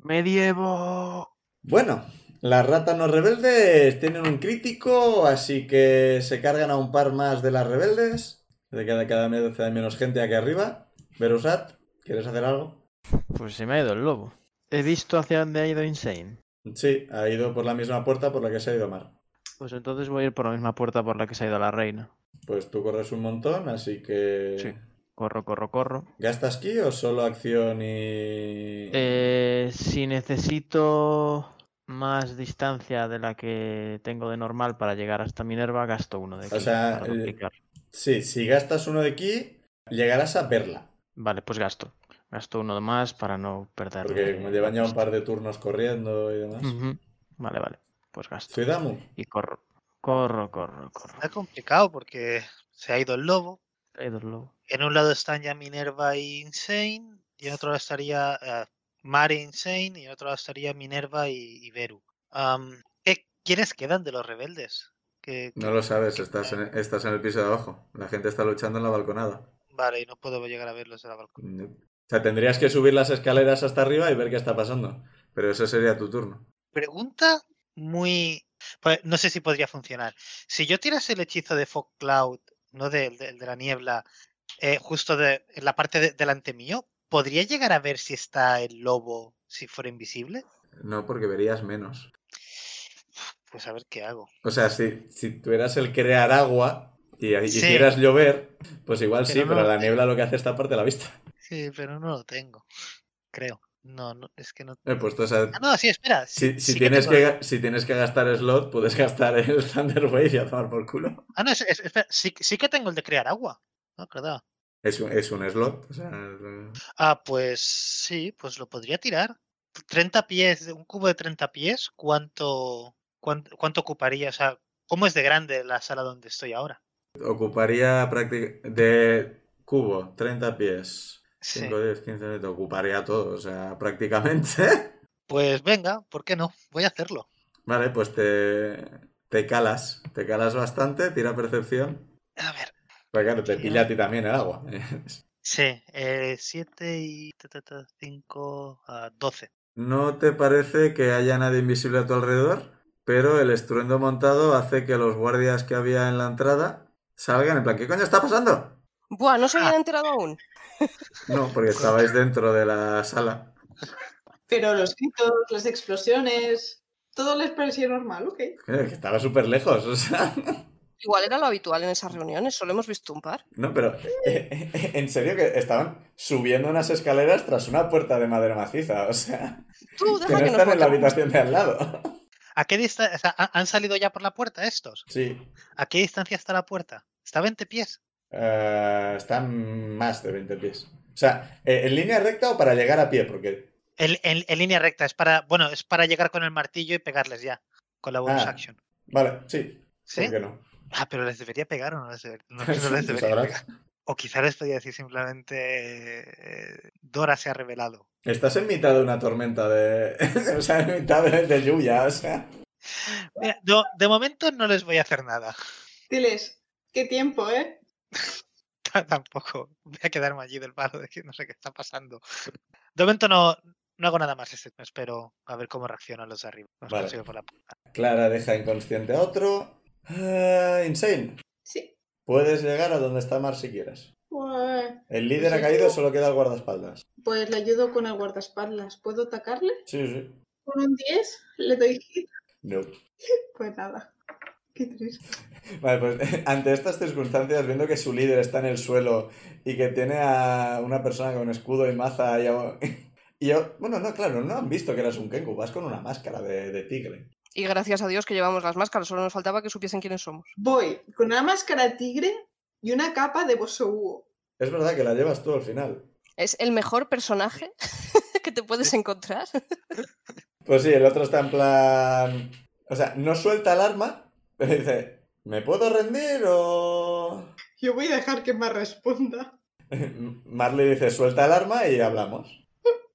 C: Medievo.
A: Bueno, las ratas no rebeldes tienen un crítico, así que se cargan a un par más de las rebeldes. Se queda cada vez hay menos gente aquí arriba. Verusat, ¿quieres hacer algo?
C: Pues se me ha ido el lobo. He visto hacia dónde ha ido Insane.
A: Sí, ha ido por la misma puerta por la que se ha ido Mar.
C: Pues entonces voy a ir por la misma puerta por la que se ha ido la reina.
A: Pues tú corres un montón, así que.
C: Sí. Corro, corro, corro.
A: ¿Gastas ki o solo acción y.
C: Eh, si necesito más distancia de la que tengo de normal para llegar hasta Minerva, gasto uno de
A: O
C: ki
A: sea,
C: para
A: el-
C: duplicar.
A: Sí, si gastas uno de ki, llegarás a verla.
C: Vale, pues gasto. Gasto uno de más para no perder.
A: Porque como llevan ya un par de turnos corriendo y demás.
C: Ujú. Vale, vale. Pues gasto.
A: Zuidamu,
C: Y corro. Corro, corro, corro.
E: Está complicado porque se ha ido el lobo.
C: Ha ido el lobo.
E: En un lado están ya Minerva y Insane. Y en otro lado estaría eh, Mar e Insane. Y en otro lado estaría Minerva y, y Beru. Am, ¿qué- ¿Quiénes quedan de los rebeldes? Que,
A: no lo sabes, estás en, estás en el piso de abajo. La gente está luchando en la balconada.
E: Vale, y no puedo llegar a verlos de la balcón.
A: O sea, tendrías que subir las escaleras hasta arriba y ver qué está pasando. Pero ese sería tu turno.
E: Pregunta muy. pues, no sé si podría funcionar. Si yo tirase el hechizo de Fog Cloud, no del del de, la niebla, eh, justo de, en la parte de- delante mío, ¿podría llegar a ver si está el lobo si fuera invisible?
A: No, porque verías menos.
E: Pues a ver qué hago.
A: O sea, si, si tuvieras el crear agua y y
E: Sí.
A: hicieras llover, pues igual sí,
E: Pero no
A: pero
E: lo
A: la
E: hace.
A: niebla lo que hace está parte de la vista.
E: Sí, pero no lo tengo. Creo. No, no, es que no.
A: He puesto esa-
E: Ah, no, sí, espera. sí-
A: Si, si
E: sí que
A: tienes
E: tengo
A: que,
E: algo.
A: ga- si tienes que gastar slot, puedes *laughs* gastar el Thunder Wave y a tomar por culo.
E: Ah, no, es- es- espera, sí, sí que tengo el de crear agua. No, verdad.
A: Es un, es un slot. o sea, eh,
E: Ah, pues sí, pues lo podría tirar. 30 pies, un cubo de 30 pies, ¿cuánto, cuán- cuánto, ocuparía? O sea, ¿cómo es de grande la sala donde estoy ahora?
A: ocuparía prácticamente. De cubo, 30 pies.
E: Sí.
A: 5, 10, 15 metros. Ocuparía todo, o sea, *laughs* prácticamente.
E: Pues venga, ¿por qué no? Voy a hacerlo.
A: Vale, pues te, te calas. Te calas bastante, tira percepción.
E: A ver.
A: Pero claro, te
E: Tira.
A: pilla a ti también el agua. *laughs*
E: Sí, 7 y 5, 12.
A: No te parece que haya nadie invisible a tu alrededor, pero el estruendo montado hace que los guardias que había en la entrada salgan en plan, ¿qué coño está pasando?
D: Buah, no se habían
E: Ah.
D: enterado aún.
A: No, porque estabais dentro de la sala.
B: Pero los gritos, las explosiones, todo les parecía normal, ok.
A: Eh, Que estaba súper lejos, o sea. *laughs*
D: Igual era lo habitual en esas reuniones, solo hemos visto un par.
A: No, pero eh, eh, eh, en serio que estaban subiendo unas escaleras tras una puerta de madera maciza, o sea,
D: Tú,
A: que
D: deja
A: no
D: que, nos
A: están en la
D: pongamos-
A: habitación de al lado. *laughs*
E: ¿A qué distancia? ¿Han salido ya por la puerta estos?
A: Sí,
E: ¿A qué distancia está la puerta? ¿Está a 20 pies?
A: eh, están más de 20 pies. O sea, eh, en línea recta o para llegar a pie, porque
E: En, en- en línea recta, es para, bueno, es para llegar con el martillo y pegarles ya, con la bonus
A: Ah,
E: action.
A: Vale, sí,
E: ¿Sí?
A: ¿por qué no?
E: Ah, pero les debería pegar o no les, deber- no- no les
A: Tú *laughs*
E: debería
A: sabrás.
E: pegar. O quizá les podría decir simplemente eh, Dora se ha revelado.
A: *laughs* Estás en mitad de una tormenta de. o sea, en mitad de, de lluvia, o sea.
E: Mira, no, de momento no les voy a hacer nada. *laughs*
B: Diles, qué tiempo, ¿eh?
E: Tampoco. Voy a quedarme allí del palo de que no sé qué está pasando. De momento no, no hago nada más este mes, pero a ver cómo reaccionan los de arriba. Los
A: Vale.
E: consigo por la puerta.
A: Clara deja inconsciente a otro. Ah, insane.
B: Sí.
A: Puedes llegar a donde está Mar si quieres.
B: Pues,
A: El líder ha caído, solo queda el guardaespaldas.
B: pues le ayudo con el guardaespaldas. ¿Puedo atacarle?
A: Sí, sí.
B: Con un 10 le doy hit.
A: No.
B: Pues nada. Qué triste.
A: Vale, pues *laughs* ante estas circunstancias, viendo que su líder está en el suelo y que tiene a una persona con escudo y maza y, a- *laughs* y a- Bueno, no, claro, no han visto que eras un Kenku, vas con una máscara de, de tigre.
D: Y gracias a Dios que llevamos las máscaras, solo nos faltaba que supiesen quiénes somos.
B: Voy con una máscara tigre y una capa de boso Hugo.
A: Es verdad que la llevas tú al final.
D: Es el mejor personaje *laughs* que te puedes encontrar.
A: Pues sí, el otro está en plan... O sea, no suelta el arma, *laughs* pero dice, ¿me puedo rendir o...? *laughs*
B: Yo voy a dejar que me responda.
A: Marley dice, suelta el arma y hablamos.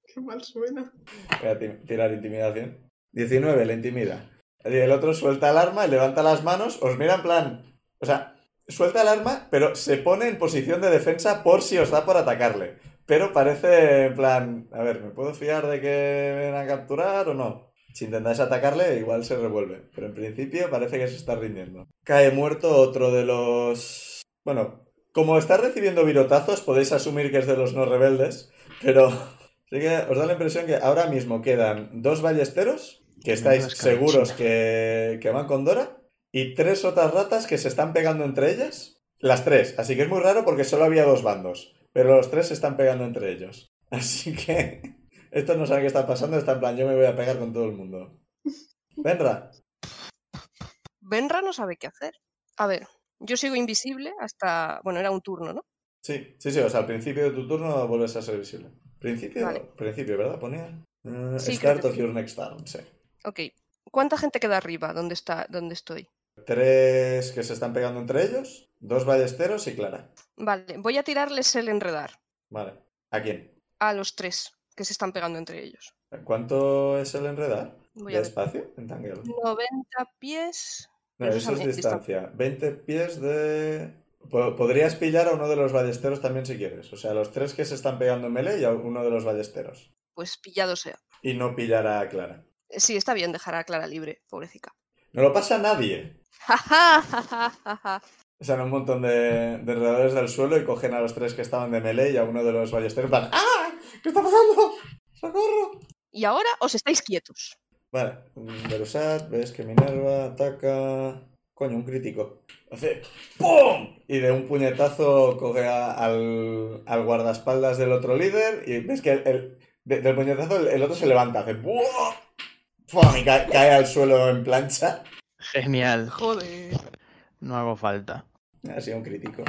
B: Qué mal suena.
A: Voy a ti- tirar intimidación. 19, le intimida. Y el otro suelta el arma, levanta las manos, os mira en plan... O sea, suelta el arma, pero se pone en posición de defensa por si os da por atacarle. Pero parece en plan... A ver, ¿me puedo fiar de que me van a capturar o no? Si intentáis atacarle, igual se revuelve. Pero en principio parece que se está rindiendo. Cae muerto otro de los... Bueno, como está recibiendo virotazos, podéis asumir que es de los no rebeldes, pero... *laughs* Así que os da la impresión que ahora mismo quedan dos ballesteros, que estáis
E: Menuda
A: seguros
E: escabechina.
A: que, que van con Dora, y tres otras ratas que se están pegando entre ellas. Las tres, así que es muy raro porque solo había dos bandos, pero los tres se están pegando entre ellos. *laughs* Así que *laughs* esto no sabe qué está pasando, está en plan, yo me voy a pegar con todo el mundo. Venra,
D: Benra no sabe qué hacer. A ver, yo sigo invisible hasta. Bueno, era un turno, ¿no?
A: sí, sí, sí, o sea, al principio de tu turno vuelves a ser visible. Principio,
D: Vale.
A: principio, ¿verdad? Ponía. eh,
D: Sí,
A: start
D: creo que
A: of your next turn, sí.
D: Ok. ¿Cuánta gente queda arriba donde, está, donde estoy?
A: Tres que se están pegando entre ellos, dos ballesteros y Clara.
D: Vale, voy a tirarles el enredar
A: Vale. ¿A quién?
D: a los tres que se están pegando entre ellos.
A: ¿Cuánto es el enredar?
D: Voy
A: ¿De
D: a ver.
A: espacio? En tanguelo.
D: 90 pies.
A: No,
D: Eso es
A: eso es
D: a mi-
A: distancia. 20 pies de... Po- Podrías pillar a uno de los ballesteros también si quieres. O sea, los tres que se están pegando en melee y a uno de los ballesteros.
D: Pues pillado sea.
A: Y no pillar a Clara.
D: Eh, Sí, está bien dejar a Clara libre, pobrecita. *laughs*
A: No lo pasa nadie.
D: ¡Ja, ja, ja, ja, ja, ja!
A: O sea, un montón de, de alrededores del suelo y cogen a los tres que estaban de melee y a uno de los ballesteros. en plan, ¡Ah! ¿Qué está pasando? ¡Socorro!
D: Y ahora os estáis quietos.
A: Vale, mm, Verusat, ves que Minerva ataca. Coño, un crítico. Hace ¡Pum! Y de un puñetazo coge a- al, al guardaespaldas del otro líder. Y ves que el, el- de- del puñetazo el, el otro se levanta, hace ¡buah! ¡Fua! Y ca- cae al suelo en plancha.
C: Genial,
D: Joder.
C: no hago falta.
A: Ha sido un crítico.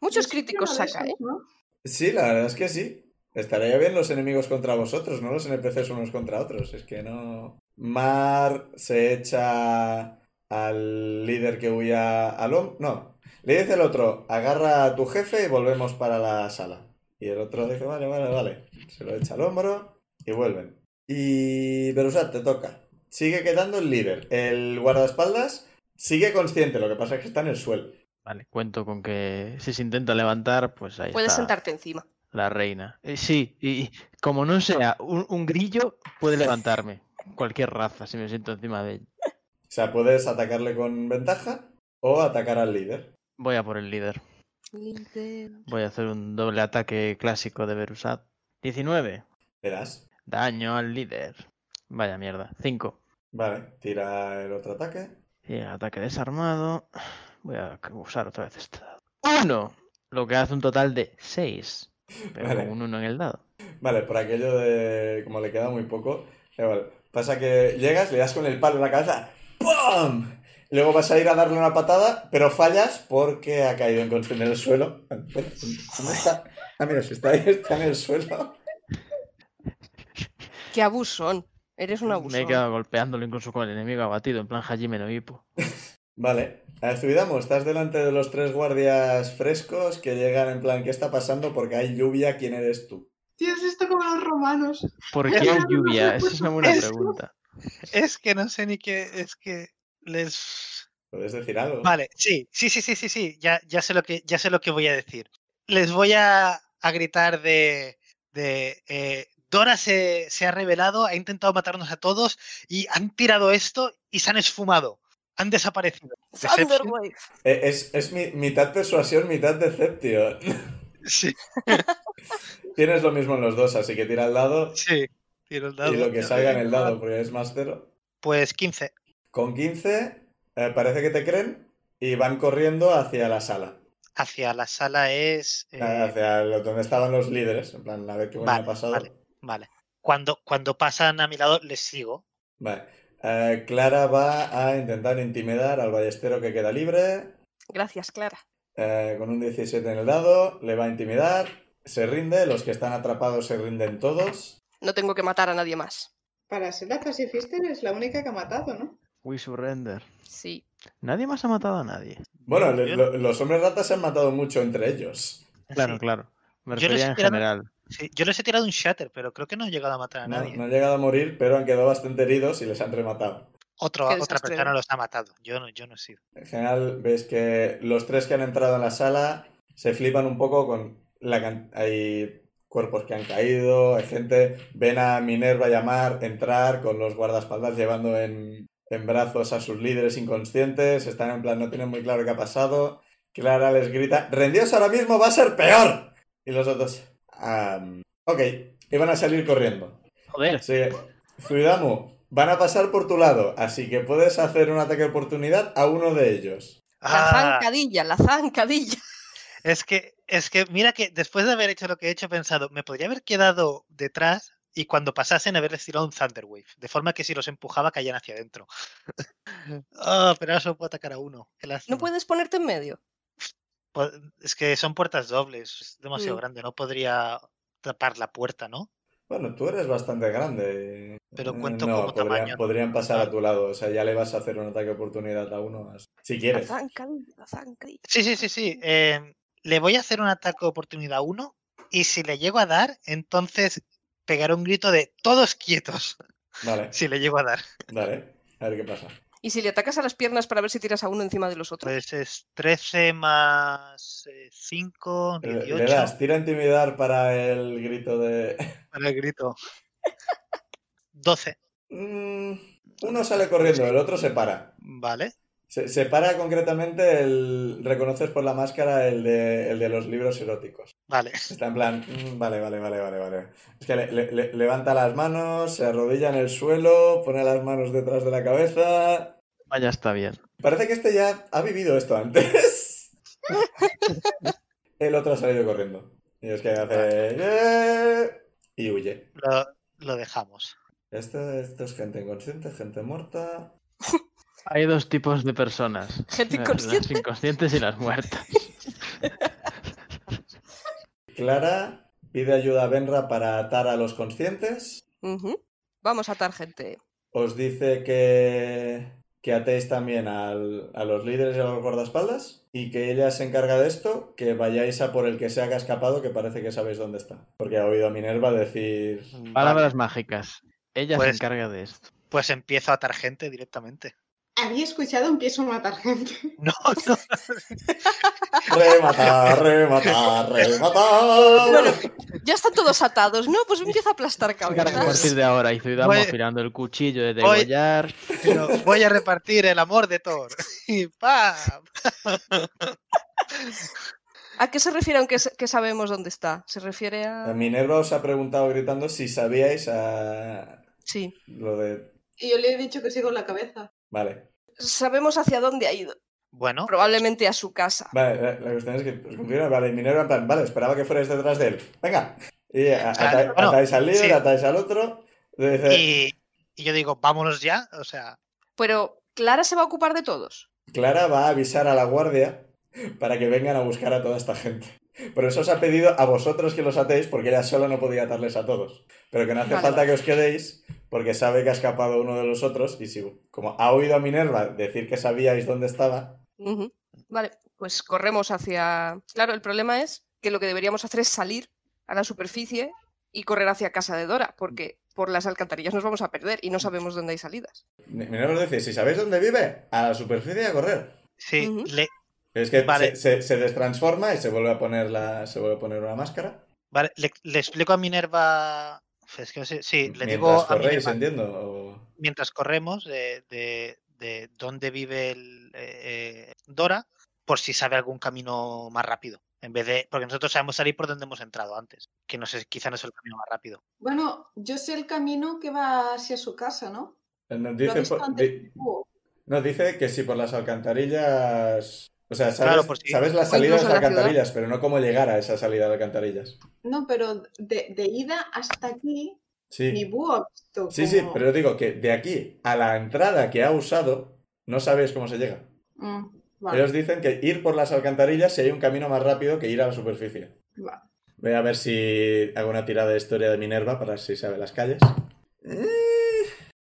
D: Muchos
B: Yo soy
D: críticos
B: uno de
D: saca, ¿eh?
B: esos, ¿no?
A: Sí, la verdad es que sí. Estaría bien los enemigos contra vosotros, no los NPCs unos contra otros. Es que no. Mar se echa al líder que huía al hombre. No. Le dice el otro, agarra a tu jefe y volvemos para la sala. Y el otro dice, vale, vale, vale. Se lo echa al hombro y vuelven. Y. Berusat, te toca. Sigue quedando el líder. El guardaespaldas sigue consciente, lo que pasa es que está en el suelo.
C: Vale, cuento con que si se intenta levantar, pues ahí
D: ¿eh? Puedes
C: está
D: sentarte encima.
C: la reina. Eh, sí, y como no sea un, un grillo, puede levantarme. Cualquier raza, si me siento encima de él.
A: O sea, puedes atacarle con ventaja o atacar al líder.
C: Voy a por el líder. Voy a hacer un doble ataque clásico de Berusat. 19.
A: Verás.
C: Daño al líder. Vaya mierda. 5.
A: Vale, tira el otro ataque.
C: Y el Eh, ataque desarmado. Voy a usar otra vez esta. ¡Uno! Lo que hace un total de 6. Pero
A: Vale.
C: con un 1 en el dado.
A: Vale, por aquello de. Como le queda muy poco. da Igual. Pasa que llegas, le das con el palo en la cabeza. ¡Pum! Luego vas a ir a darle una patada, pero fallas porque ha caído inconsciente en el suelo. Bueno, ¿dónde está? Ah, mira, si está ahí, está en el suelo.
D: ¡Qué abusón! Eres un
C: Me he
D: abusón.
C: quedado golpeándolo incluso con el enemigo abatido, en plan Hajime no Ippo.
A: Vale. Azubidamo, estás delante de los tres guardias frescos que llegan en plan, ¿qué está pasando? Porque hay lluvia, ¿quién eres tú?
B: Dios, esto como los romanos.
C: ¿Por
E: Ya
C: qué hay
B: no me
C: lluvia?
B: acuerdo
C: Esa es una buena
B: eso.
C: pregunta.
E: Es que no sé ni qué. Es que les.
A: Puedes decir algo.
E: Vale, sí, sí, sí, sí, sí, sí. Ya, ya sé lo que, ya sé lo que voy a decir. Les voy a, a gritar de. de eh, Dora se, se ha revelado, ha intentado matarnos a todos y han tirado esto y se han esfumado. Han desaparecido. Deception.
D: Thunderwave.
A: Eh, Es, es mi- mitad persuasión, mitad decepción.
E: Sí,
A: Tienes lo mismo en los dos, así que tira el dado
E: sí. Tiro el dado.
A: y lo que salga en el dado, porque es más cero.
E: Pues 15.
A: Con 15, eh, parece que te creen y van corriendo hacia la sala.
E: Hacia la sala es. eh,
A: Hacia lo- donde estaban los líderes, en plan, a ver qué bueno
E: Vale,
A: ha pasado.
E: vale. Vale. Cuando, cuando pasan a mi lado, les sigo.
A: Vale. Eh, Clara va a intentar intimidar al ballestero que queda libre.
D: Gracias, Clara.
A: Eh, con un 17 en el dado, le va a intimidar. Se rinde, los que están atrapados se rinden todos.
D: No tengo que matar a nadie más.
B: Para ser la pacifista eres la única que ha matado, ¿no?
C: We surrender.
D: Sí.
C: Nadie más ha matado a nadie.
A: Bueno,
E: Yo-
A: le-
E: yo-
A: lo- los hombres ratas se han matado mucho entre ellos.
C: Claro,
E: Sí,
C: claro. Me
E: Yo les
C: refería
E: he
C: en
E: tirado-
C: general.
E: sí. Yo les he tirado un shatter, pero creo que no he llegado a matar a
A: No,
E: nadie.
A: no han llegado a morir, pero han quedado bastante heridos y les han rematado.
E: Otro,
D: Qué
E: otra
D: desastre,
E: persona
D: ¿no?
E: los ha matado. Yo no, yo no he sido.
A: En general, ves que los tres que han entrado en la sala se flipan un poco con la can- Hay cuerpos que han caído, hay gente... Ven a Minerva llamar, entrar con los guardaespaldas llevando en, en brazos a sus líderes inconscientes. Están en plan, no tienen muy claro qué ha pasado. Clara les grita, rendíos ahora mismo, va a ser peor. Y los otros... "Am, ok, y van a salir corriendo.
C: Joder.
A: Sí. Zuidamu, van a pasar por tu lado, así que puedes hacer un ataque de oportunidad a uno de ellos.
D: La
E: Ah,
D: zancadilla, la zancadilla.
E: es que, es que mira que después de haber hecho lo que he hecho, he pensado, me podría haber quedado detrás y cuando pasasen haberles tirado un Thunderwave, de forma que si los empujaba caían hacia adentro.
D: *laughs*
E: Ah, pero ahora solo puedo atacar a uno.
D: *laughs*
E: qué
D: No
E: lástima.
D: puedes ponerte en medio.
E: Po- Es que son puertas dobles, es demasiado
D: Mm.
E: grande, no podría tapar la puerta, ¿no?
A: Bueno, tú eres bastante grande.
E: Pero
D: Mm,
A: Eh,
E: cuento
A: no,
E: como
A: podrían,
E: tamaño, ¿no?
A: podrían pasar a tu lado, o sea, ya le vas a hacer un ataque de oportunidad a uno más. Si
D: La
A: quieres.
D: zancadilla, la zancadilla.
E: Sí, sí, sí, sí. eh, le voy a hacer un ataque de oportunidad 1 y si le llego a dar, entonces pegaré un grito de todos quietos. *laughs*
A: Vale,
E: Si le llego a dar.
A: dale. A ver qué pasa.
D: Y si le atacas a las piernas para ver si tiras a uno encima de los otros.
E: Pues es 13 más eh, 5,
A: Le- Le
E: 18
A: das, tira intimidar para el grito de.
E: para el grito. 12,
A: Mm, uno sale corriendo, el otro se para.
E: ¿vale?
A: Se, se para concretamente el. Reconoces por la máscara el de, el de los libros eróticos.
E: Vale. *laughs*
A: Está en plan, "Mm, vale, vale, vale, vale, vale. Es que le- le- le- levanta las manos, se arrodilla en el suelo, pone las manos detrás de la cabeza.
C: Vaya, está bien.
A: Parece que este ya ha vivido esto antes. *laughs* el otro ha salido corriendo. Y es que hace... "Eh", Y huye.
E: Lo, lo dejamos.
A: Esto, esto es gente inconsciente, gente muerta.
C: Hay dos tipos de personas. Eh,
D: Gente
C: las- Las
D: inconsciente.
C: inconscientes y las muertas.
A: Clara pide ayuda a Benra para atar a los conscientes.
D: Ujú. Vamos a atar gente.
A: Os dice que, que atéis también al- a los líderes y a los guardaespaldas y que ella se encarga de esto, que vayáis a por el que se haga escapado, que parece que sabéis dónde está. Porque ha oído a Minerva decir...
C: Palabras mágicas. Ella
E: Pues-
C: se encarga de esto.
E: Pues empiezo a atar gente directamente. *laughs*
B: Había escuchado empiezo a matar gente. *laughs*
E: No, no,
A: Rematar, rematar, rematar.
D: Bueno, ya están todos atados, ¿no? Pues empieza a aplastar
C: A partir
D: cabezas.
C: de ahora, y Zuidamo
E: Voy-
C: afilando el cuchillo de
E: voy-
C: degollar.
E: Pero voy a repartir el amor de Thor. *laughs* Y ¡pam!
D: ¿A qué se refiere aunque s- que sabemos dónde está? ¿Se refiere a...?
A: Minerva os ha preguntado gritando si sabíais a...
D: Sí.
A: lo de...
B: Y yo le he dicho que sigo en la cabeza.
A: Vale.
D: Sabemos hacia dónde ha ido.
E: Bueno,
D: Probablemente a su casa.
A: Vale, la, la cuestión es que os confirmo, vale, Minerva en plan, vale, esperaba que fuerais detrás de él. Venga. Y a- ata-
E: bueno,
A: atáis al líder,
E: sí.
A: atáis al otro. le dice,
E: y, y yo digo, vámonos ya. O sea,
D: Pero Clara se va a ocupar de todos.
A: Clara va a avisar a la guardia para que vengan a buscar a toda esta gente. Por eso os ha pedido a vosotros que los atéis, porque ella sola no podía atarles a todos. Pero que no hace
D: Vale,
A: falta
D: vale.
A: que os quedéis, porque sabe que ha escapado uno de los otros. Y si, como ha oído a Minerva decir que sabíais dónde estaba,
D: Ujú. Vale, pues corremos hacia... Claro, el problema es que lo que deberíamos hacer es salir a la superficie y correr hacia casa de Dora, porque por las alcantarillas nos vamos a perder y no sabemos dónde hay salidas.
A: Mira, os decís, si sabéis dónde vive, a la superficie y a correr.
E: Sí,
D: Ujú.
E: le-
A: Es que
E: Vale.
A: se, se- se destransforma y se vuelve a poner la, se vuelve a poner una máscara.
E: vale, le, le explico a Minerva. Es que no sé- sí, le
A: Mientras
E: digo a
A: corréis,
E: Minerva,
A: entiendo. o-
E: mientras corremos de, de- de dónde vive el, eh, eh, Dora, por si sabe algún camino más rápido. En vez de. Porque nosotros sabemos salir por donde hemos entrado antes. Que no sé, quizá no es el camino más rápido.
B: Bueno, yo sé el camino que va hacia su casa, ¿no?
A: eh, Nos
B: Lo ha
A: dice,
B: visto
A: por-
B: antes
A: di-
B: que tú.
A: nos dice que si por las alcantarillas. O sea, sabes,
E: Claro, por si-
A: sabes las
D: O
A: salidas
D: incluso
A: de
D: en la ciudad.
A: alcantarillas, pero no cómo llegar a esa salida de alcantarillas.
B: No, pero de, de ida hasta aquí, ni
A: Sí.
B: búho ha visto
A: Sí, sí,
B: cómo-
A: pero digo que de aquí a la entrada que ha usado, no sabéis cómo se llega.
B: Mm, vale,
A: Ellos dicen que ir por las alcantarillas si hay un camino más rápido que ir a la superficie.
B: vale.
A: Voy a ver si hago una tirada de historia de Minerva para si sabe las calles. Eh,